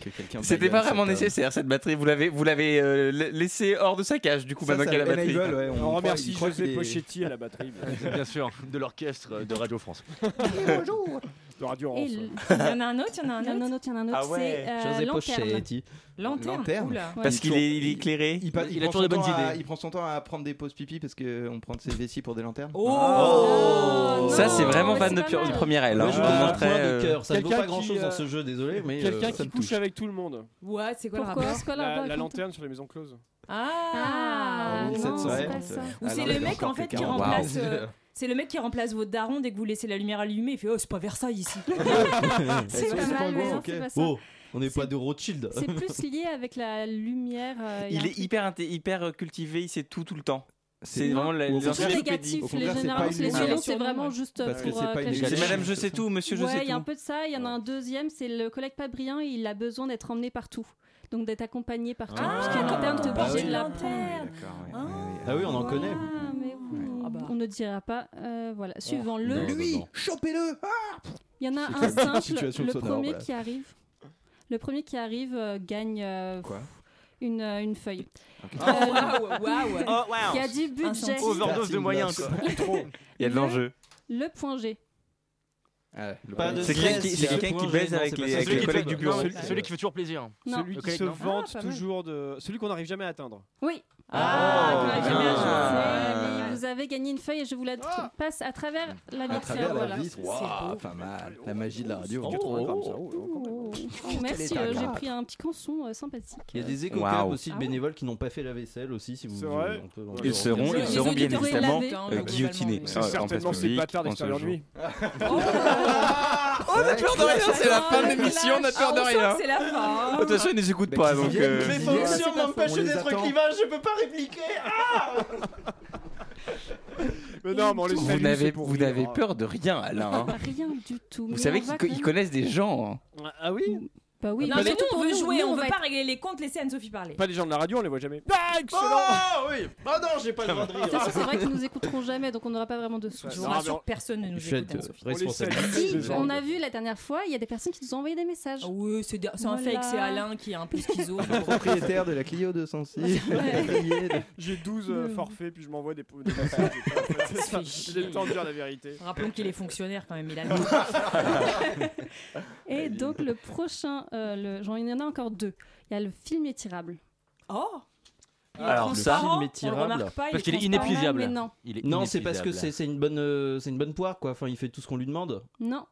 I: Que quelqu'un
J: C'était
I: baguette
J: pas vraiment
I: cette, euh,
J: nécessaire cette batterie. Vous l'avez, vous l'avez euh, la- laissé hors de sa cage, du coup,
I: ça,
J: maintenant
I: ça
J: qu'elle a la
I: enable,
J: batterie.
I: ouais,
N: On
I: croit-
N: remercie
I: il croit qu'il
N: José
I: est-
N: Pochetti à la batterie.
C: Bien sûr, de l'orchestre de Radio France.
N: De Radio
A: Et
N: Rance.
A: le-
K: Il y en a un autre, il y en a
A: Il y en a
K: un
A: un
K: autre.
A: autre, il y en a un autre.
J: Ah ouais,
A: c'est, euh,
M: José
A: Lanterne.
M: Pochetti.
K: Lanterne.
I: Lanterne.
K: Oula.
A: Ouais.
J: Parce qu'il est, il est éclairé.
I: Il, pa- il
C: Il a toujours
I: prend son
C: des bonnes
I: temps à-
C: idées.
I: il prend son temps à prendre des pauses pipi parce qu'on prend de ses vessies pour des lanternes.
K: Oh
J: Ça, c'est
A: Non,
J: vraiment
A: mais
J: van
A: c'est
J: de
A: pas
J: Pure-
A: mal.
J: première aile. hein.
M: Moi,
J: Je
M: je
J: vous
M: donne un
J: montrerai.
M: point de
J: euh,
M: cœur. Ça ne vaut
N: quelqu'un
M: pas grand chose
N: qui, euh,
M: dans ce jeu, désolé, mais.
N: Quelqu'un
M: euh,
N: qui
M: ça me
N: couche
M: touche.
N: avec tout le monde.
K: Ouais, c'est quoi le
A: Pourquoi
K: rapport
A: C'est quoi le rapport
N: La,
A: avec
N: la
A: le-
N: lanterne sur les maisons closes.
K: Ah
A: Ah,
I: oui,
A: non, c'est
I: 750.
A: pas ça.
K: Ou c'est
I: Alors,
K: le
I: les
K: mec
I: enfants,
K: en fait
I: c'est
K: qui
I: 40.
K: remplace. euh, C'est le mec qui remplace votre daron dès que vous laissez la lumière allumée. Il fait Oh, c'est pas Versailles ici.
A: C'est pas mal, mais non, c'est pas ça.
M: Oh, on n'est pas de Rothschild.
A: C'est plus lié avec la lumière. euh, y a
J: Il
A: un
J: est hyper, inté- hyper euh, cultivé, il sait tout tout le truc. C'est
I: Non.
J: vraiment la-
I: Au
J: les
I: contraire,
A: C'est
I: Ensuite,
A: négatif,
J: encyclopédies.
I: au
A: les
I: contraire, c'est
A: générations,
I: pas une
A: les
I: légende.
A: surnoms, c'est vraiment juste
I: Parce que
A: pour
I: c'est
A: euh,
I: pas une
A: cacher.
J: C'est
I: légende.
J: Madame Je sais tout, Monsieur Je
A: Ouais,
J: sais
A: il y a un
J: tout.
A: peu de ça, il y en a un deuxième, c'est le collègue pas brillant, il a besoin d'être emmené partout. Donc d'être accompagné partout,
K: Ah,
A: parce qu'à l'interne, t'es
K: ah
A: obligé
K: oui.
A: de
K: Ah,
A: l'apprendre.
I: D'accord, ouais,
K: Ah.
I: ouais, ouais.
M: Ah oui, on en connaît.
A: Ah, mais oui.
K: Ah bah.
A: On ne dira pas, euh, voilà. Suivant le,
I: Lui, chopez-le Ah
A: il y en a
I: C'est comme
A: un
I: une
A: simple,
I: situation
A: le
I: sonore,
A: premier
I: voilà.
A: qui arrive. Le premier qui arrive euh, gagne euh,
I: Quoi
A: une, euh, une feuille.
K: Waouh,
A: Ah
K: waouh.
C: Oh,
A: Il y
C: wow.
A: a du budget.
K: centime.
C: Overdose de
I: Martin
C: moyens, quoi.
J: Il y a de
A: Le-
J: l'enjeu.
A: Le point G.
M: Pas de
J: Ah, C'est quelqu'un qui,
M: stress,
J: c'est
M: il y a
J: quelqu'un
M: un
J: qui
M: point
J: baise
M: gênant,
J: avec les,
M: c'est pas
J: avec
M: ça.
J: les
M: Celui qui
J: collègues
M: fait-
J: du bureau.
C: Celui, celui qui fait toujours plaisir.
A: Non.
N: Celui
C: Le
N: qui se
C: collègue, non.
N: vante
K: Ah, pas mal.
N: toujours de. Celui qu'on n'arrive jamais à atteindre.
A: Oui. Oh,
K: Ah,
N: oh,
J: Ah,
K: j'ai bien
J: ah.
K: joué.
A: Et Vous avez gagné une feuille et je vous la tr- passe à travers la
I: À
A: vitre.
I: travers la
A: Voilà.
I: vitre, waouh, pas mal. La magie de la radio.
A: Oh, Merci,
I: est
A: euh, j'ai
I: agréable.
A: pris un petit canson euh, sympathique.
M: Il y a des éco
J: Waouh.
M: aussi de
A: Ah ouais
M: bénévoles qui n'ont pas fait la vaisselle aussi, si vous
N: C'est
M: voulez,
N: vrai.
M: on peut- on peut
J: Ils seront,
M: regarder
J: ils
M: ça.
J: seront bien
A: auditeurs
J: évidemment
A: lavés, hein,
J: euh, guillotinés.
K: globalement,
N: C'est
J: euh, en
N: certainement
J: place
N: ces
J: publique,
N: bâtards
J: en ce
N: d'extérieur
J: jour.
N: nuit.
J: Oh, on a peur de rien, c'est la fin de l'émission, on a peur
N: Ah,
J: de
K: Ah, On sent
J: rien. Oh,
K: que c'est la fin. hein.
J: De toute façon, ils nous écoutent pas, donc. euh,
I: Mais faut
A: sûr
I: m'empêcher d'être clivage.
J: Ah,
N: Mais non, mais on les
J: Vous
N: salue,
J: n'avez,
N: c'est pour
J: vous
N: rire,
J: n'avez
N: hein.
J: peur de rien, Alain. hein.
A: Rien du tout.
J: Vous savez qu'ils co- ils connaissent des gens. hein.
N: Ah oui
A: Bah oui,
K: Non,
A: mais
K: mais nous,
A: surtout
K: on
A: pour
K: veut
A: nous,
K: jouer,
A: nous,
K: on veut
A: va
K: pas
A: être-
K: régler les comptes, laissez Anne-Sophie parler.
N: Pas les gens de la radio, on les voit jamais. Ah, excellent
M: Ah oui Ah non, j'ai pas le droit de
A: De toute façon,
M: rire
A: c'est vrai qu'ils nous écouteront jamais, donc on n'aura pas vraiment de sous.
K: Je vous
N: Non, mais
K: rassure,
N: on-
K: personne ne
M: Je
K: nous
M: suis
K: écoute. Anne-Sophie.
N: On les salue,
M: responsable.
N: les
A: hein, Si,
N: gens.
A: on a vu la dernière fois, il y a des personnes qui nous ont envoyé des messages.
K: Ah Oui, c'est c'est un
A: Voilà.
K: fake, c'est Alain qui est un peu schizo.
I: Propriétaire de la Clio 206.
N: J'ai 12 euh, forfaits, puis je m'envoie des, des messages. C'est ça. Il est temps de dire la vérité.
K: Rappelons qu'il est fonctionnaire quand même, il a
A: Et donc le prochain euh, le, genre, il y en a encore deux. Il y a le film étirable.
K: Oh
M: Alors, ça, film est tirable.
A: Parce qu'il est inépuisable. Mais non.
M: Il est non, c'est parce que c'est c'est une bonne, euh, c'est une bonne poire quoi. Enfin, il fait tout ce qu'on lui demande.
A: Non.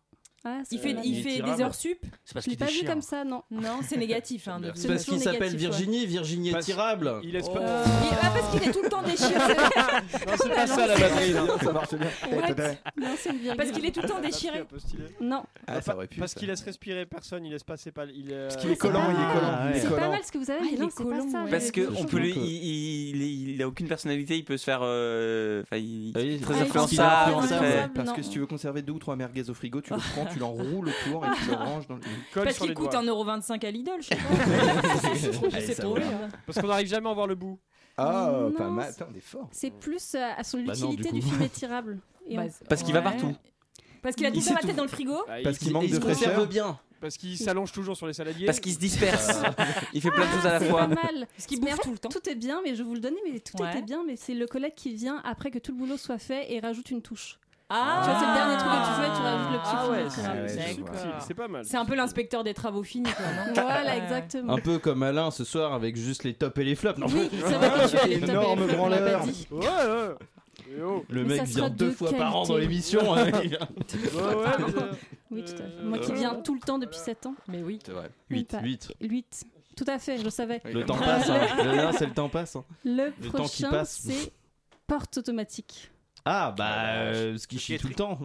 A: Ah, c'est
K: Il fait,
A: dommage.
K: il fait des heures sup
M: C'est parce
A: Je l'ai
M: qu'il est
A: pas vu
M: chiant.
A: comme ça, non.
K: Non, c'est négatif. hein, de-
M: C'est parce qu'il s'appelle Virginie, Virginie est tirable. Il laisse pas.
A: Oh.
K: Il- ah, parce qu'il est tout le temps déchiré.
M: Non, c'est pas ça la batterie. non.
A: Non, c'est une virgule.
K: Parce qu'il est tout le temps déchiré.
I: Euh,
A: Non.
M: Ah, ça aurait pu,
N: Parce
M: ça.
N: qu'il laisse respirer personne, il laisse passer pas. Il euh, est...
M: Parce qu'il est collant, il est collant, il est
A: C'est pas mal ce que vous avez, mais
K: Ah, il
A: non,
K: est
A: c'est pas
K: collant,
A: ça.
K: ouais.
J: Parce que
A: Quelque
J: on
A: chose
J: peut lui,
A: d'autre.
J: il, il- il a aucune personnalité, il peut se faire, euh, enfin, il, il est
A: Ah,
J: très
A: il est
J: influençable.
A: influençable,
J: très-
A: non.
I: Parce que si tu veux conserver deux ou trois merguez au frigo, tu le prends, tu l'enroules autour et tu le ranges dans le.
K: Ah. Parce qu'il coûte 1,25€ à Lidl, je sais pas. je
I: Allez,
K: sais
I: ça
K: pas.
I: va.
K: hein.
N: Parce qu'on n'arrive jamais à en voir le bout.
I: Ah,
A: Non,
I: pas mal.
A: c'est-
I: Putain, on est fort.
A: C'est plus euh, à son
I: Bah non,
A: utilité
I: du
A: du,
I: coup.
A: film étirable. Et
K: Bah,
A: on-
J: Parce qu'il va partout.
K: Parce qu'il a
N: Il
K: tout
N: sait
K: dans la
N: tout.
K: tête dans le frigo.
N: Bah,
I: Parce qu'il manque de fraîcheur.
M: conserve bien.
N: Parce qu'il s'allonge toujours sur les saladiers. Euh,
J: Parce qu'il se disperse. il fait plein de
K: Ah,
J: choses à la
A: C'est
J: fois.
A: pas mal.
K: Parce qu'il
A: Mais
K: bouffe
A: en fait,
K: tout le temps.
A: Tout est bien, mais je vous le donnais, mais tout
K: Ouais.
A: était bien, mais c'est le collègue qui vient après que tout le boulot soit fait et rajoute une touche.
K: Ah
A: Tu vois, c'est le dernier truc que tu fais, tu rajoutes le petit euh,
K: Ah
A: film
K: ouais,
A: étirable.
M: ouais,
K: c'est
M: je
K: subtil,
N: vois. c'est pas mal.
K: C'est un peu l'inspecteur des travaux finis, quoi, non
A: Voilà,
K: Ouais.
A: exactement.
M: Un peu comme Alain ce soir avec juste les tops et les flops. Non,
A: Oui, ça va que tu as les top et les
M: Énorme
A: flops, on l'a pas
M: branleur.
A: dit.
K: Oh.
N: Ouais, ouais. Eh oh.
M: Le
A: Mais
M: mec
A: ça sera
M: vient deux
A: de
M: fois par an
A: qualité.
M: dans
A: Ah,
M: l'émission. hein, il vient.
N: Ouais, ouais, mais, euh,
A: Oui, tout à fait. Moi qui
I: euh,
A: viens tout le temps depuis 7 ans.
K: Mais oui.
M: C'est vrai.
A: Même
M: 8,
A: pas.
M: 8.
A: 8. Tout à fait, je le savais.
M: Le temps passe. hein. Le- non, c'est le temps passe. hein.
A: Le
M: Le temps qui
A: prochain,
M: passe.
A: c'est porte automatique.
M: Ah bah euh, ce qui chie tout le temps.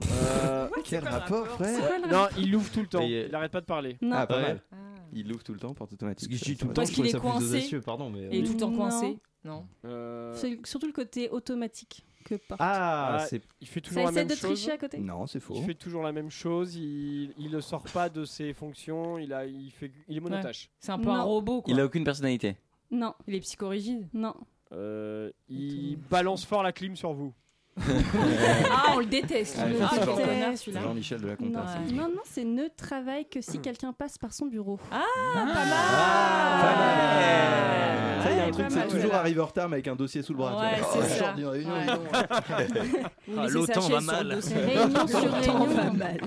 I: Euh, Quel rapport, frère
A: quoi le
N: Non, il l'ouvre tout le temps.
M: Et, euh,
N: Il arrête pas de parler.
A: Non.
I: Ah, pas
M: Ouais.
I: mal. Il l'ouvre tout le temps, porte automatique.
M: Ce qui chie tout le temps.
K: Parce
M: je
K: qu'il
M: trouvais
K: est
M: ça plus
K: coincé.
M: audacieux, pardon, mais- euh.
K: Et tout le temps
A: Non.
K: coincé. Non.
N: Euh,
A: C'est surtout le côté automatique que porte.
M: Ah,
N: Ah,
M: c'est
N: il fait
A: Ça
N: toujours la
A: essaie
N: même
A: de
N: chose.
A: tricher à côté.
I: Non, c'est faux.
N: Il fait toujours la même chose. Il, il ne sort pas de ses fonctions. Il a, il fait, il est monotache.
K: C'est un peu un
A: Non.
K: robot, quoi.
J: Il a aucune personnalité.
A: Non,
K: Il est psychorigide.
A: non.
N: Euh, il balance fort la clim sur vous.
K: Ah, on le déteste.
I: Ah,
K: on le
I: je sais pas.
K: déteste,
A: C'est
K: celui-là.
I: Jean-Michel de la
A: Non,
I: Compa.
K: Ouais.
A: non, non, c'est ne travaille que si quelqu'un passe par son bureau.
K: Ah,
I: Ça, il y a un
A: Ouais,
I: truc,
A: pas
I: c'est
A: mal,
I: toujours
A: ouais.
I: arriver en retard, mais avec un dossier sous le bras.
K: Ouais,
I: Tu vois,
K: c'est
I: oh,
K: ça.
I: je sors d'une réunion,
K: Ouais.
I: dis donc.
K: Vous
J: Ah,
K: laissez sachet
J: l'OTAN va
K: sur le
J: mal.
K: dossier.
A: Réunion sur
K: L'OTAN
A: réunion.
K: va mal.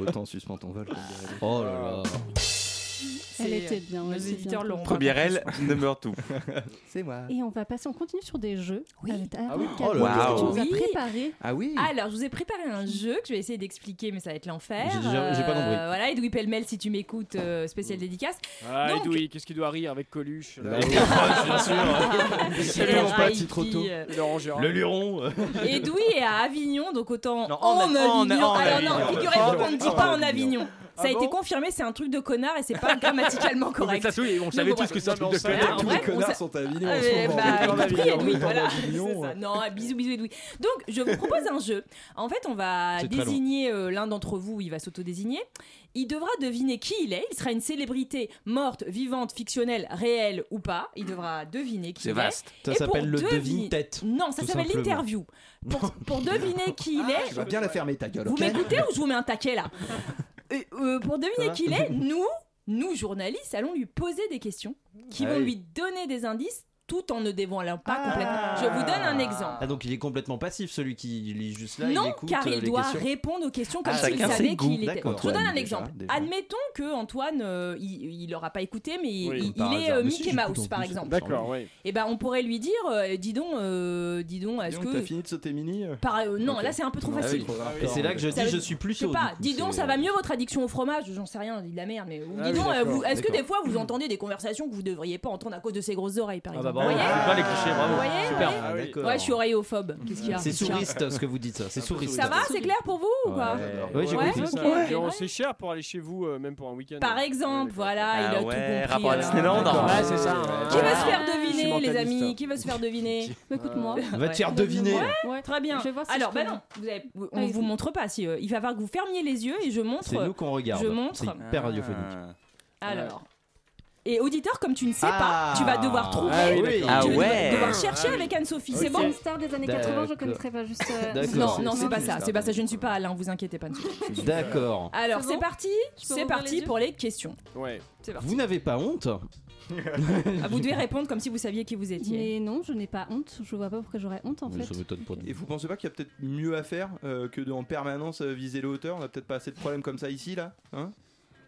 I: Autant suspend ton vol. comme dirait l'autre.
M: Oh là là.
A: Elle
K: C'est-
A: était bien.
K: Nos
A: ouais, c'est
K: éditeurs
A: bien.
K: l'auront.
J: Première aile, number two.
I: C'est moi.
A: Et on va passer, on continue sur des jeux. Avec
K: Ah
A: Arnaud
I: Oh
A: Cadou,
J: là
A: parce que
J: là.
A: tu nous as
K: Oui.
A: préparé.
I: Ah oui
K: Alors, je vous ai préparé un jeu que je vais essayer d'expliquer, mais ça va être l'enfer.
M: J'ai déjà- j'ai pas compris.
K: Euh, voilà, Edoui Pellemel, si tu m'écoutes, euh, spécial dédicace.
N: Ah,
K: Donc-
N: Edoui, qu'est-ce qu'il doit rire avec Coluche
I: Là,
N: euh,
I: Salut,
K: Les
I: mon pote,
K: rails
I: c'est trop
K: qui,
I: tôt.
K: euh,
N: Le rangeur.
M: Le luron. euh.
K: Edoui est à Avignon, donc autant
J: Non, en-
K: en,
J: en-
K: Avignon.
J: en
K: Alors
J: Avignon.
K: non, figurez-vous qu'on ne dit pas en
N: En
K: Avignon. Ça
N: Ah
K: a été
N: bon
K: confirmé, c'est un truc de connard et c'est pas grammaticalement correct.
M: on
K: savait tous
N: que c'est un truc de
K: connard.
I: Tous
K: en
I: les
K: vrai, on
I: connards
K: s'a-
I: sont à Avignon
K: Ah,
I: en
K: mais
I: ce moment.
K: bah, y compris
N: Avignon.
K: Edoui, voilà.
I: Avignon.
K: C'est ça. Non, ah, bisous, bisous, Edoui. Donc, je vous propose un jeu. En fait, on va
M: C'est très long.
K: désigner euh, l'un d'entre vous, il va s'auto-désigner. Il devra deviner qui il est. Il sera une célébrité morte, vivante, fictionnelle, réelle ou pas. Il devra deviner qui il
J: C'est
K: est.
J: vaste.
M: Ça
K: Et pour
M: s'appelle le
K: deviner-
M: devine-tête.
K: Non, ça
M: tout
K: s'appelle
M: simplement.
K: l'interview. Pour, pour deviner qui il
I: Ah, Tu
K: est,
I: vas bien la fermer ta gueule,
K: vous
I: ok
K: m'écoutez ou je vous mets un taquet là Euh, euh, Pour
M: Ça
K: deviner
M: va
K: qui il est, nous, nous journalistes, allons lui poser des questions qui vont
M: Aïe.
K: lui donner des indices tout en ne dévoilant pas
M: Ah.
K: complètement. Je vous donne un exemple.
M: Ah donc il est complètement passif celui qui lit juste là, il
K: non,
M: écoute
K: car
M: euh,
K: il
M: les
K: doit
M: questions.
K: répondre aux questions comme
M: Ah,
K: s'il
M: chacun
J: ses
K: savait
J: goûts.
K: qui il était.
M: D'accord.
K: Je vous donne un
I: Déjà,
K: exemple.
I: déjà.
K: Admettons que Antoine, euh, il il l'aura pas écouté, mais il,
N: Oui,
K: il-
M: par
K: il est
M: hasard.
K: euh,
M: Mais si,
K: Mickey
M: j'écoute en
K: Mouse, par
M: plus.
K: exemple.
N: D'accord, oui.
K: Eh ben, on pourrait lui dire, euh, dis donc, euh, dis donc,
I: Dis
K: est-ce
I: donc,
K: que
I: T'as fini de sauter mini euh
K: par- euh, non,
I: Ok.
K: là c'est un peu trop
I: Ah oui,
K: facile.
I: trop grave.
M: Et c'est là que je
K: Ça
M: dis
K: veut-
M: je suis plus
K: Je sais
M: chaud.
K: pas,
M: du coup,
K: dis donc,
M: c'est- euh,
K: ça va mieux votre addiction au fromage J'en sais rien, on dit de la merde, mais. Ou dis
N: Ah oui,
K: donc, euh,
N: d'accord,
K: vous- est-ce que
M: d'accord.
K: des fois vous entendez des conversations que vous devriez pas entendre à cause de ses grosses oreilles, par
M: Ah
K: exemple
M: bah bravo,
K: Vous
M: je
K: voyez
M: fais pas les clichés, bravo.
K: Vous voyez,
M: Super.
K: vous voyez
M: Ah, d'accord.
K: Ouais, je suis oreillophobe. Qu'est-ce qu'il y a
M: C'est
K: Qu'est-ce qu'il y a
M: souriste ce que vous dites, c'est souriste.
K: Ça va, c'est clair pour vous ou quoi
M: Ouais, ouais, j'ai
K: Ouais,
M: compris.
K: ok.
M: ça.
N: Et on-
K: Ouais.
N: C'est cher pour aller chez vous, euh, même pour un week-end.
K: Par exemple, voilà, il a
J: Ah
K: tout
J: ouais,
K: compris. euh.
J: rapport à
K: alors.
J: Disneyland. hein.
N: Ouais, c'est ça.
K: Qui veut
N: hein.
K: se faire
A: Ah, je
N: suis
K: deviner, les
N: mentaliste.
K: amis Qui veut se faire deviner
A: Bah, Écoute-moi.
M: Va te
K: Ouais.
M: faire deviner.
A: Ouais.
K: Très bien.
A: Je vais voir si
K: Alors,
A: je
K: bah
A: peux-
K: non, vous avez- on
A: Allez-y.
K: vous montre pas. Si, euh, il va falloir que vous fermiez les yeux et je montre.
M: C'est nous qu'on regarde.
K: Je montre.
M: C'est hyper radiophonique.
J: Ah.
K: Alors. Et auditeur, comme tu ne sais
M: Ah.
K: pas, tu vas devoir trouver.
N: Ah oui,
M: oui.
N: d'accord.
J: Ah
K: tu vas
J: ouais.
K: devoir chercher avec Anne-Sophie. C'est
A: C'est
K: bon
A: bon, star des années 80, je
M: D'accord.
A: connaîtrais pas juste. euh,
M: D'accord.
K: Non,
M: C'est-
K: non,
M: c'est
K: c'est pas
M: une
K: ça.
M: star.
K: C'est pas ça. Je ne suis pas Alain. Vous inquiétez pas. Anne-Sophie.
M: D'accord.
K: Alors,
A: C'est
K: c'est
A: bon
K: parti.
A: Je peux
K: C'est
A: rouvrir
K: parti
A: les yeux
K: pour les questions.
N: Ouais.
K: C'est parti.
M: Vous n'avez pas honte
K: Ah, Vous devez répondre comme si vous saviez qui vous étiez.
A: Mais non, je n'ai pas honte. Je vois pas pourquoi j'aurais honte en
M: Mais
A: fait.
M: Ça m'étonne pas de
I: Et vous pensez pas qu'il y a peut-être mieux à faire euh, que de en permanence euh, viser les hauteurs On a peut-être pas assez de problèmes comme ça ici là hein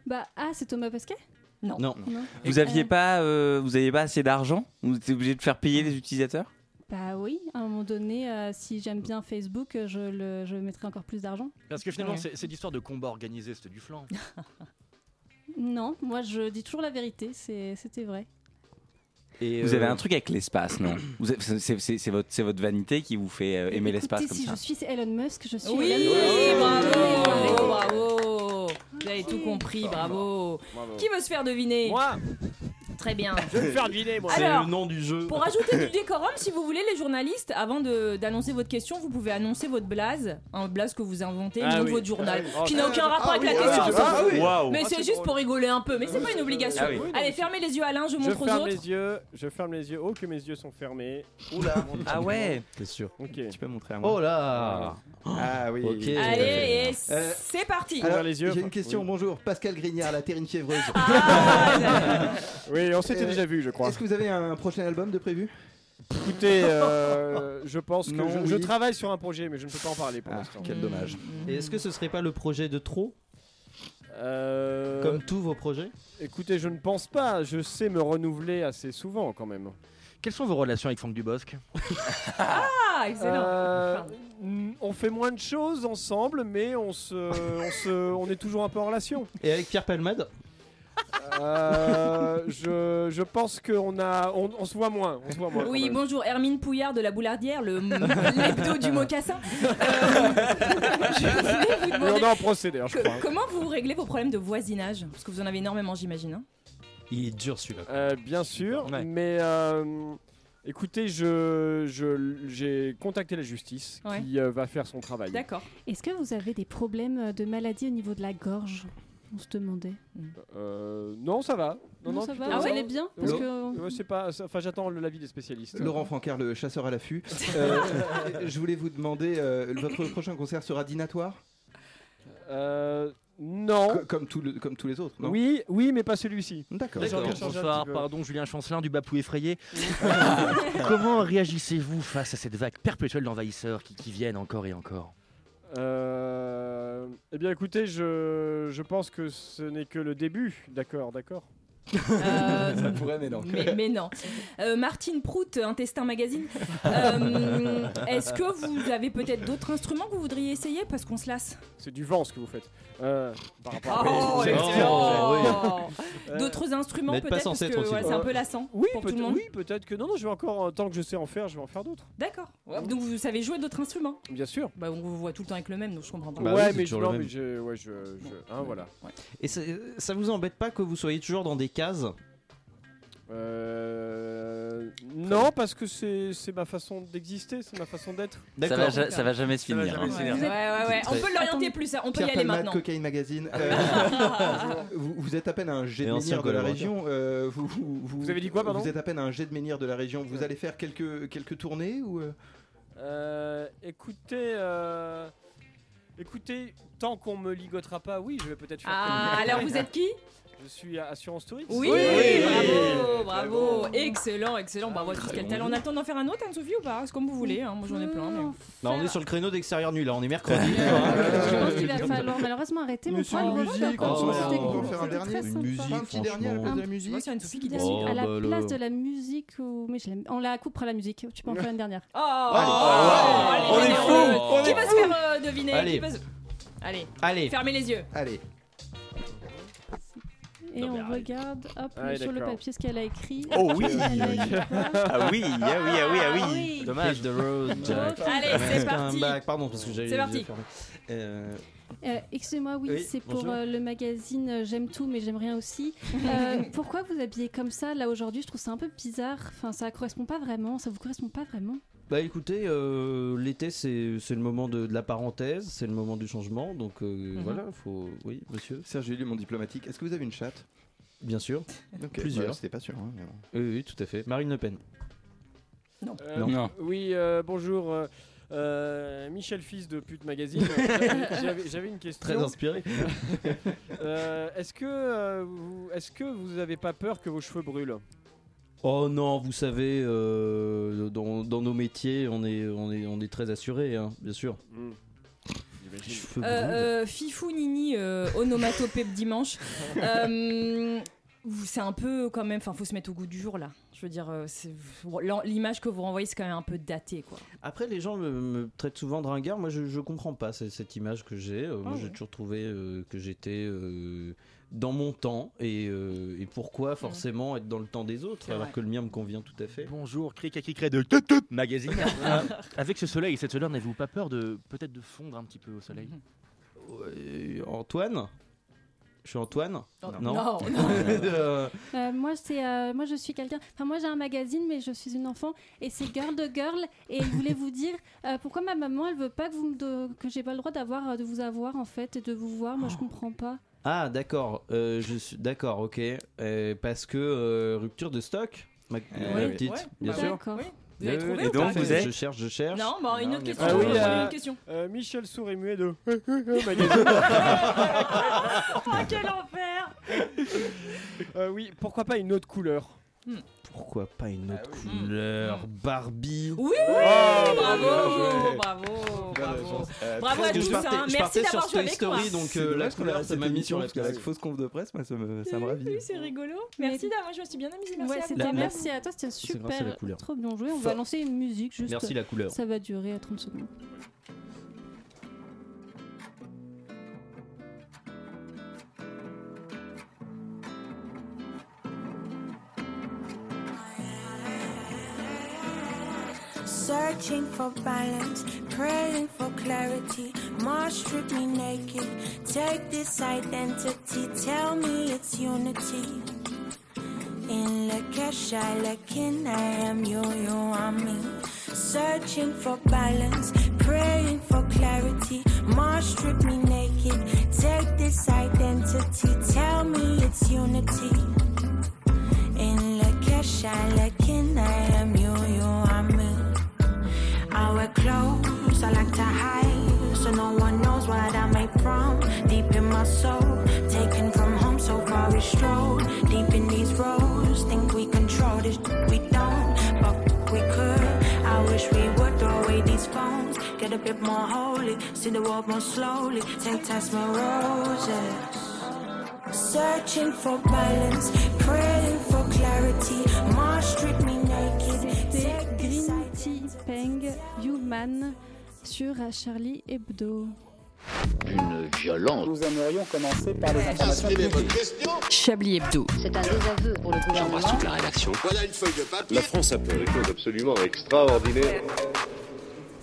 A: Bah, ah, c'est Thomas Pesquet
K: Non.
J: Non.
A: Non.
J: Vous aviez pas, euh, vous aviez pas assez d'argent Vous étiez obligé de faire payer les utilisateurs
A: Bah oui, à un moment donné, euh, si j'aime bien Facebook, euh, je, le, je mettrai encore plus d'argent.
Q: Parce que finalement,
A: Ouais.
Q: c'est c'est l'histoire de combat organisé, c'était du flan.
A: Non, moi je dis toujours la vérité, c'est- c'était vrai.
Q: Et
J: Vous avez
Q: euh,
J: un truc avec l'espace, non Vous avez- c'est- c'est- C'est c'est votre, c'est votre vanité qui vous fait euh, aimer l'espace
A: Écoutez,
J: comme
A: si
J: ça.
A: je suis Elon Musk, je suis
K: Oui,
A: Elon Musk.
K: Oh, bravo, Ah bravo. Vous avez tout compris, bravo.
A: Bravo.
K: Qui veut se faire deviner
Q: Moi
K: Très bien.
Q: Je vais me faire deviner, moi.
K: Alors,
Q: nom du jeu.
K: Pour ajouter du décorum, si vous voulez, les journalistes, avant de- d'annoncer votre question, vous pouvez annoncer votre blaze, un blaze que vous inventez, le
Q: Ah
K: nom de
Q: oui.
K: votre journal,
Q: Ah oui.
K: qui
Q: Oh,
K: n'a
Q: ça-
K: aucun
Q: ah
K: rapport avec la
Q: oui,
K: question.
Q: ah
K: on s'en
Q: oui.
K: fout.
Q: Waouh.
K: Mais
Q: Ah,
K: c'est
Q: c'est
K: juste pour rigoler un peu, mais c'est
N: Ah
K: pas
N: oui,
K: une obligation.
N: ah oui.
K: Allez, fermez les yeux, Alain, je
N: Je
K: montre aux
N: ferme
K: autres.
N: les yeux, je ferme les yeux. Oh, que mes yeux sont fermés.
J: Oula. Ah ouais.
M: C'est sûr.
N: Ok.
J: Tu peux montrer à
M: Oh là
I: Ah oui.
M: Ok.
K: Allez, et
I: Euh,
K: c'est parti.
I: Alors, J'ai une question,
K: Oui.
I: bonjour. Pascal Grignard, la Terre une fiévreuse.
N: Oui, on s'était
I: Euh,
N: déjà vu, je crois.
I: Est-ce que vous avez un prochain album de prévu
N: Écoutez, euh, je pense que
I: Non,
N: je, je
I: oui.
N: travaille sur un projet, mais je ne peux pas en parler pour l'instant.
I: quel
K: Mm,
I: dommage.
M: Et est-ce que ce serait pas le projet de trop
N: Euh,
M: Comme tous vos projets
N: Écoutez, je ne pense pas. Je sais me renouveler assez souvent quand même.
L: Quelles sont vos relations avec Franck Dubosc
K: Ah, excellent.
N: Euh, n- on fait moins de choses ensemble, mais on se, on se, on est toujours un peu en relation.
M: Et avec Pierre Palmade
N: Euh, je, je pense qu'on a, on, on se voit moins, on se voit moins.
K: Oui,
N: quand même.
K: bonjour, Hermine Pouillard de la Boulardière, le l'hebdo du mocassin.
N: Mais on est en procès d'ailleurs, hein, je
K: Que-
N: crois.
K: comment vous réglez vos problèmes de voisinage Parce que vous en avez énormément, j'imagine. hein.
M: Il est dur celui-là.
N: Euh, bien sûr, mais euh, écoutez, je, je, j'ai contacté la justice
A: Ouais.
N: qui euh, va faire son travail.
A: Est-ce que vous avez des problèmes de maladie au niveau de la gorge On se demandait.
N: Euh, non, ça va. Non,
A: Non,
N: non,
A: ça
N: plutôt
A: va, Ah vous allez bien Parce
N: Ouais,
A: que-
N: Euh, ouais, c'est pas. ça- Enfin, j'attends l'avis des spécialistes.
I: Laurent Francard, le chasseur à l'affût. Euh, je voulais vous demander, euh, votre prochain concert sera dînatoire
N: Euh, non.
I: Co- comme, tout le- comme tous les autres, non
N: Oui, oui, mais pas celui-ci.
I: D'accord.
N: J'ai envie de
I: D'accord.
N: changer un
L: Bonsoir,
N: petit peu.
L: pardon, Julien Chancelin du Bapou effrayé. Comment réagissez-vous face à cette vague perpétuelle d'envahisseurs qui, qui viennent encore et encore
N: Euh, eh bien, écoutez, je, je pense que ce n'est que le début. D'accord, d'accord.
A: Euh,
K: Ça
I: pourrait, mais non.
K: Mais, mais non. Euh, Martine Prout, Intestin Magazine. Euh, Est-ce que vous avez peut-être d'autres instruments que vous voudriez essayer Parce qu'on se lasse.
N: C'est du vent ce que vous faites. Euh, par rapport à-
K: Oh,
N: Oui,
K: excellent.
M: Oh,
N: excellent. Euh,
K: D'autres instruments peut-être Parce que voilà, c'est un peu lassant
N: Oui,
K: pour tout
N: peut-être-
K: le monde.
N: oui, peut-être que non, non, je vais encore, euh, tant que je sais en faire, je vais en faire d'autres.
K: D'accord. Donc vous savez jouer d'autres instruments
N: Bien sûr.
K: Bah, on vous voit tout le temps avec le même, donc je comprends pas.
N: ouais,
M: Bah c'est
N: mais, je,
M: toujours le
N: non,
M: même.
N: mais je- ouais, je, je- hein, voilà.
M: Et ça, euh, ça vous embête pas que vous soyez toujours dans des cases
N: Euh, non, parce que c'est c'est ma façon d'exister, c'est ma façon d'être.
J: Ça va, ja- ça va jamais se finir. hein.
K: Ouais, ouais, ouais. On peut l'orienter plus, hein. on peut
I: Pierre
K: y aller
I: Palmade,
K: maintenant.
I: Cocaine Magazine. Euh, vous, vous êtes à peine un jet
M: Et
I: de
M: ancien
I: menhir de la
M: collaborateur.
I: région. euh, vous, vous,
N: Vous avez dit quoi, pardon
I: Vous êtes à peine un jet de menhir de la région. Vous allez faire quelques, quelques tournées ou euh,
N: Euh, écoutez, euh, écoutez, tant qu'on me ligotera pas, oui, je vais peut-être faire.
K: Ah,
N: quelques-
K: alors vous êtes qui
N: Je suis à Assurance Touriste.
K: Oui, bravo, bravo, excellent, excellent, bravo, tous quel
M: Ah, bon.
K: talent. On a le temps d'en faire un autre, Anne-Sophie, ou pas C'est comme vous voulez, hein. moi j'en ai plein. mais-
M: Non, on est sur le créneau d'extérieur nu là, on est mercredi.
A: Je pense qu'il va falloir malheureusement arrêter mon
M: Monsieur
A: programme.
M: Musique,
I: on
M: oh,
I: s'en fout.
M: oh,
I: faire un dernier
M: Une musique, franchement.
I: de la musique.
K: c'est Anne-Sophie qui
M: décide. Oh,
A: à la
M: bah, là.
A: place de la musique ou mais je la- on la coupera la musique. Tu peux en faire une dernière.
K: Oh, Allez,
M: Ah, on est
K: allez,
M: fous,
K: euh,
M: on
K: Qui
M: est
K: va se
M: fous.
K: faire euh, deviner
M: Allez.
K: Qui va se- Allez.
M: Allez.
K: fermez les yeux.
I: Allez.
A: Et on regarde, hop,
M: Ah,
A: sur le
M: d'accord.
A: papier ce qu'elle a écrit.
M: Oh oui,
A: Elle a
M: oui.
A: écrit quoi
M: Ah oui, ah oui, ah oui, ah oui.
A: Ah oui.
M: Dommage. de road,
A: Jack. Allez, c'est
M: Let's come
A: parti.
M: back. Pardon, parce que j'avais
A: C'est
M: les
A: parti.
M: yeux fermés. Euh,
A: Euh, Excusez-moi, oui,
M: Oui,
A: c'est pour
M: bonjour.
A: euh, le magazine euh, J'aime tout, mais j'aime rien aussi. Euh, pourquoi vous habillez comme ça là aujourd'hui Je trouve ça un peu bizarre. Enfin, ça correspond pas vraiment. Ça vous correspond pas vraiment.
M: Bah écoutez, euh, l'été c'est c'est le moment de, de la parenthèse, c'est le moment du changement, donc euh, voilà, faut. Oui, monsieur.
I: Serge, j'ai lu mon diplomatique. Est-ce que vous avez une chatte
M: Bien sûr.
I: Ok,
M: Plusieurs.
I: bah, C'était pas sûr. hein, mais bon.
M: Oui, oui, tout à fait. Marine Le Pen.
K: Non.
N: Euh,
M: Non.
I: Non.
N: Oui, euh, bonjour. euh, euh, Michel Fils de Pute Magazine. J'avais- J'avais une question.
M: Très inspiré.
N: Euh, est-ce que euh, vous- est-ce que vous avez pas peur que vos cheveux brûlent
M: Oh non, vous savez, euh, dans, dans nos métiers, on est, on est, on est très assuré, hein, bien sûr.
N: Mm. j'imagine.
I: Mmh.
K: Euh, euh, Fifou Nini euh, onomatopée de dimanche. Euh, vous- c'est un peu quand même. Enfin, faut se mettre au goût du jour là. Je veux dire, euh, c'est- l'en- l'image que vous renvoyez c'est quand même un peu daté quoi.
M: Après, les gens me, me traitent souvent de ringard. Moi, je, je comprends pas c'est- cette image que j'ai. Euh,
K: Ah
M: moi,
K: ouais.
M: j'ai toujours trouvé euh, que j'étais euh, dans mon temps. Et, euh, et pourquoi forcément être dans le temps des autres
L: C'est
M: alors
L: vrai.
M: que le mien me convient tout à fait
L: Bonjour, Cricacricré de Tup Tup Magazine.
M: Ah.
Q: Euh, Avec ce soleil et cette chaleur, n'avez-vous pas peur de peut-être de fondre un petit peu au soleil
M: Euh, Antoine Je suis Antoine
Q: Non. Non, non.
M: Euh,
A: Euh, moi, c'est, euh, moi, je suis quelqu'un. Enfin, moi, j'ai un magazine, mais je suis une enfant. Et c'est Girl de Girl. Et il voulait vous dire euh, pourquoi ma maman, elle veut pas que, vous me do- que j'ai pas le droit d'avoir, euh, de vous avoir, en fait, et de vous voir. Moi, je comprends pas.
M: Ah, d'accord. euh, je suis d'accord, ok. Euh, parce que euh, rupture de stock ma, ma Euh, petite,
N: Ouais,
M: bien
N: bah
M: sûr.
N: d'accord. Oui. Vous
M: Oui,
N: l'avez
M: oui,
N: trouvé
M: et
N: ou pas
M: donc,
N: Vous
M: je
N: êtes-
M: cherche, je cherche.
K: Non, bah, une autre question.
N: Ah oui,
K: on va prendre
N: euh,
K: une question.
N: euh, Michel Sourd et Muet de. oh,
K: quel enfer
N: Euh, Oui, pourquoi pas une autre couleur
M: Pourquoi pas une autre couleur Barbie
K: Oui
N: Ah,
M: Oh,
K: Bravo,
M: bien joué.
N: Oh,
K: bravo, bravo.
I: Euh,
K: Bravo à
M: parce que je
K: tous,
M: partais-
K: hein.
M: je
K: merci
M: partais sur
K: d'avoir joué
M: Toy
K: avec moi.
M: Story, donc euh, la couleur, ça m'a mis sur la place.
I: fausse conf de presse, moi, ça me, ça me
K: Oui,
I: ravit.
K: c'est rigolo. Merci d'avoir, je me suis bien amusée. Merci
A: Ouais,
K: à vous.
A: c'était- merci à toi, c'était
I: C'est grâce à la
A: super.
I: couleur.
A: Trop bien joué. On va
I: Fort.
A: lancer une musique juste.
I: Merci, la couleur.
A: Ça va durer à 30 secondes.
R: Searching for balance, praying for clarity. Mars strip me naked. Take this identity, tell me it's unity. In the cash I look in, I am you, you are me. Searching for balance, praying for clarity. Mars strip me naked. Take this identity, tell me it's unity. In the cash I look in, I am you, you are me. I wear clothes, I like to hide, so no one knows what I made from. Deep in my soul, taken from home, so far we stroll. Deep in these roads, think we control this, shit, we don't, but we could. I wish we would throw away these phones, get a bit more holy, see the world more slowly, take time, my roses. Searching for balance, praying for clarity. Mars strip me naked.
A: C'était
R: Take this
A: Green Tea Peng Human sur euh, Charlie Hebdo.
E: Une violence.
P: Nous aimerions commencer par les informations publiques.
G: Chablis Hebdo.
P: C'est un désaveu pour le gouvernement.
E: toute la rédaction. Voilà une feuille de papier. La France a fait des choses absolument
J: extraordinaire.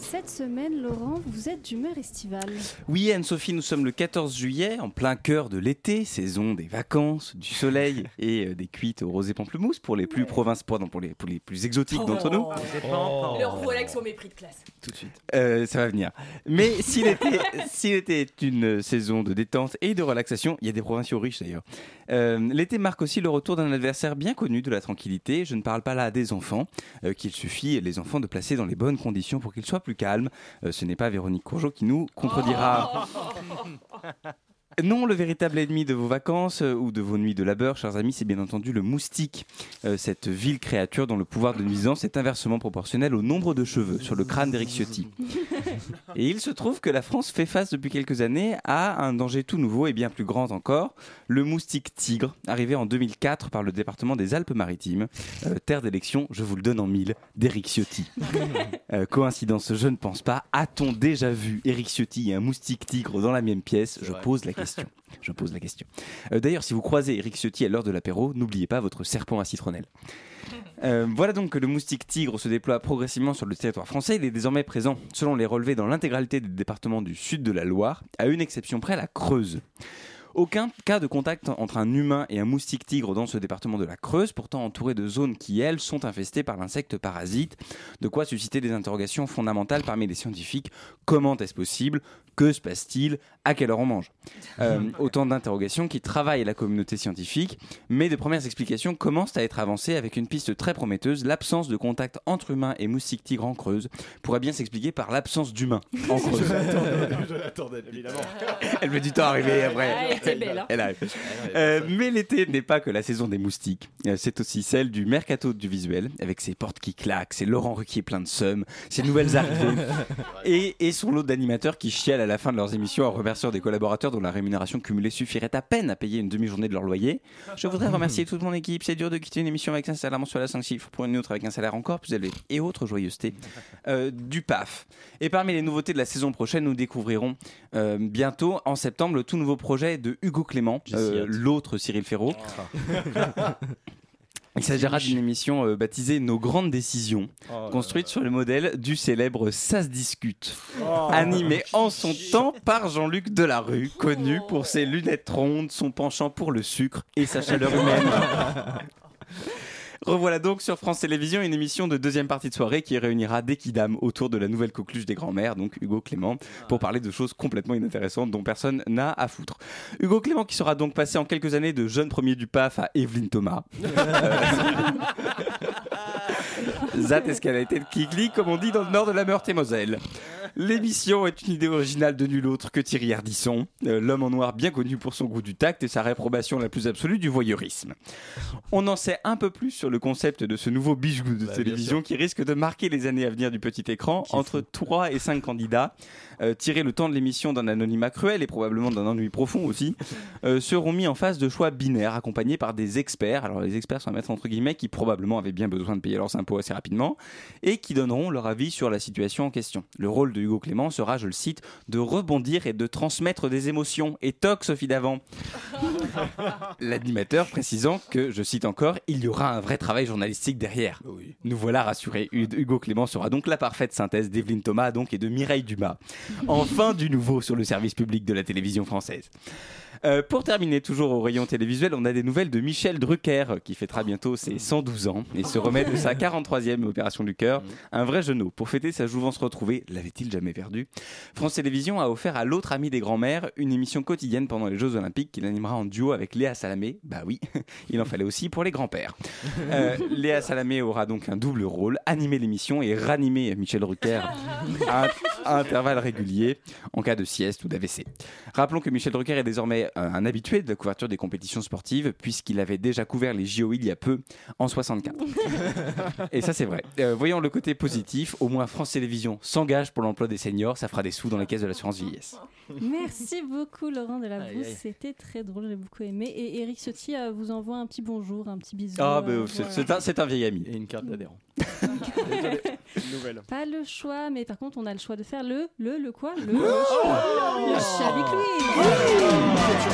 A: Cette semaine, Laurent, vous êtes d'humeur estivale.
J: Oui, Anne-Sophie, nous sommes le 14 juillet, en plein cœur de l'été, saison des vacances, du soleil et euh, des cuites au rosé pamplemousse pour les plus provinces, pardon, pour les, pour les plus
A: Oh.
J: exotiques d'entre nous.
K: Oh. Le revoilà avec son mépris de classe.
J: Tout de suite. Euh, ça va venir. Mais s'il était, s'il était une saison de détente et de relaxation, il y a des provinciaux riches d'ailleurs. Euh, L'été marque aussi le retour d'un adversaire bien connu de la tranquillité. Je ne parle pas là des enfants, euh, qu'il suffit les enfants de placer dans les bonnes conditions pour qu'ils soient plus calmes. Euh, ce n'est pas Véronique Courgeot qui nous contredira. Non, le véritable ennemi de vos vacances euh, ou de vos nuits de labeur, chers amis, c'est bien entendu le moustique, Euh, cette vile créature dont le pouvoir de nuisance est inversement proportionnel au nombre de cheveux sur le crâne d'Eric Ciotti. Et il se trouve que la France fait face depuis quelques années à un danger tout nouveau et bien plus grand encore, le moustique tigre, arrivé en 2004 par le département des Alpes-Maritimes, euh, terre d'élection, je vous le donne en mille, d'Eric Ciotti. Euh, coïncidence, je ne pense pas. A-t-on déjà vu Eric Ciotti et un moustique tigre dans la même pièce Je
Q: vrai.
J: pose la question. Je pose la question. Euh, D'ailleurs, si vous croisez Eric Ciotti à l'heure de l'apéro, n'oubliez pas votre serpent à citronnelle. Euh, voilà donc que le moustique tigre se déploie progressivement sur le territoire français. Il est désormais présent, selon les relevés, dans l'intégralité des départements du sud de la Loire, à une exception près, la Creuse. Aucun cas de contact entre un humain et un moustique tigre dans ce département de la Creuse, pourtant entouré de zones qui, elles, sont infestées par l'insecte parasite. De quoi susciter des interrogations fondamentales parmi les scientifiques. Comment est-ce possible Que se passe-t-il à quelle heure on mange Euh, Autant d'interrogations qui travaillent la communauté scientifique, mais de premières explications commencent à être avancées avec une piste très prometteuse. L'absence de contact entre humains et moustiques tigres en creuse pourrait bien s'expliquer par l'absence d'humains en creuse.
I: Je l'attendais, évidemment.
J: Elle met du temps à arriver après.
I: Ah, elle était belle, hein.
J: Elle arrive. Euh, mais l'été n'est pas que la saison des moustiques. Euh, C'est aussi celle du mercato du visuel, avec ses portes qui claquent, ses Laurent Ruquier plein de seum, ses nouvelles arrivées, et, et son lot d'animateurs qui chialent à la fin de leurs émissions en remerciant des collaborateurs dont la rémunération cumulée suffirait à peine à payer une demi-journée de leur loyer. Je voudrais remercier toute mon équipe. C'est dur de quitter une émission avec un salaire mensuel à 5 chiffres pour une autre avec un salaire encore plus élevé. Et autres joyeusetés euh, du PAF. Et parmi les nouveautés de la saison prochaine, nous découvrirons euh, bientôt, en septembre, le tout nouveau projet de Hugo Clément, euh, l'autre Cyril Ferraud.
B: Oh.
J: Il s'agira d'une émission euh, baptisée Nos grandes décisions,
B: Oh
J: construite sur le modèle du célèbre Ça se discute,
B: Oh. Oh.
J: animé en son temps par Jean-Luc Delarue, connu pour ses lunettes rondes, son penchant pour le sucre et sa chaleur humaine. Revoilà donc sur France Télévisions une émission de deuxième partie de soirée qui réunira des kidam autour de la nouvelle coqueluche des grands-mères, donc Hugo Clément, pour parler de choses complètement inintéressantes dont personne n'a à foutre. Hugo Clément qui sera donc passé en quelques années de jeune premier du PAF à Evelyne Thomas. Zat Escalated Kikli, comme on dit dans le nord de la Meurthe et Moselle. L'émission est une idée originale de nul autre que Thierry Ardisson, euh, l'homme en noir bien connu pour son goût du tact et sa réprobation la plus absolue du voyeurisme. On en sait un peu plus sur le concept de ce nouveau bijou de télévision qui risque de marquer les années à venir du petit écran. Entre 3 et 5 candidats, euh, tirés le temps de l'émission d'un anonymat cruel et probablement d'un ennui profond aussi, euh, seront mis en face de choix binaires accompagnés par des experts. Alors les experts sont à mettre entre guillemets qui probablement avaient bien besoin de payer leurs impôts assez rapidement et qui donneront leur avis sur la situation en question. Le rôle de Hugo Clément sera, je le cite, de rebondir et de transmettre des émotions. Et toc, Sophie Davant. L'animateur précisant que, je cite encore, il y aura un vrai travail journalistique derrière. Nous voilà rassurés. Hu- Hugo Clément sera donc la parfaite synthèse d'Evelyne Thomas donc, et de Mireille Dumas. Enfin du nouveau sur le service public de la télévision française. Euh, pour terminer, toujours au rayon télévisuel, on a des nouvelles de Michel Drucker, euh, qui fêtera bientôt ses 112 ans et se remet de sa 43e opération du cœur. Un vrai genou. Pour fêter sa jouvence retrouvée, l'avait-il jamais perdue France Télévisions a offert à l'autre ami des grands-mères une émission quotidienne pendant les Jeux Olympiques qu'il animera en duo avec Léa Salamé. Bah oui, il en fallait aussi pour les grands-pères. Euh, Léa Salamé aura donc un double rôle, animer l'émission et ranimer Michel Drucker à, à intervalles réguliers en cas de sieste ou d'AVC. Rappelons que Michel Drucker est désormais euh, un habitué de la couverture des compétitions sportives puisqu'il avait déjà couvert les JO il y a peu, en 64. Et ça c'est vrai. Euh, voyons le côté positif, au moins France Télévisions s'engage pour l'emploi des seniors, ça fera des sous dans les caisses de l'assurance vieillesse.
A: Merci beaucoup Laurent
J: Aïe,
A: Delabrousse,
J: aïe.
A: c'était très drôle, j'ai beaucoup aimé. Et Eric Ciotti euh, vous envoie un petit bonjour, un petit bisou.
J: Ah bah,
A: euh,
J: c'est
A: voilà.
J: c'est un- c'est un, vieil ami. Et une carte d'adhérent.
N: Nouvelle.
A: Pas le choix, mais par contre on a le choix de faire le, le, le quoi Le,
J: Oh
B: Le choix.
A: le choix avec lui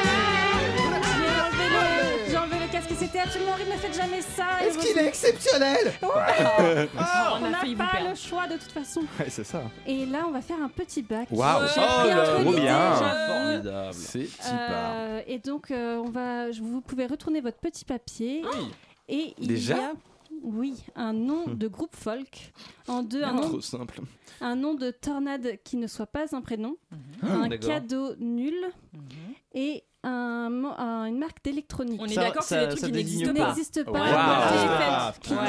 A: J'ai enlevé le- j'ai enlevé le casque, c'était absolument horrible, ne faites jamais ça
B: Est-ce qu'il est exceptionnel
A: Ouais.
B: Ah,
A: On
B: on a
A: n'a
B: failli vous
A: pas
B: perdre.
A: le choix de toute façon.
I: Ouais, c'est ça.
A: Et là, on va faire un petit bac.
I: Waouh,
A: J'ai
I: oh
A: pris
I: là,
A: entre
I: trop
A: les
I: bien.
A: deux.
K: Euh,
I: Formidable. C'est
A: Euh, et donc, euh, on va, je- vous pouvez retourner votre petit papier. Et il
I: Déjà
A: y a, oui, un nom de groupe folk. En deux, un nom,
I: Trop simple.
A: un nom de tornade qui ne soit pas un prénom.
I: Mhm.
A: Un
I: D'accord.
A: cadeau nul.
K: Mhm.
A: Et un mo- un- une marque d'électronique.
K: On est Ça- d'accord que c'est ça- des trucs ça qui désigne n'existent pas.
A: n'existent pas.
K: Ouais.
A: Ah,
K: Ouais.
A: putain,
K: Ouais,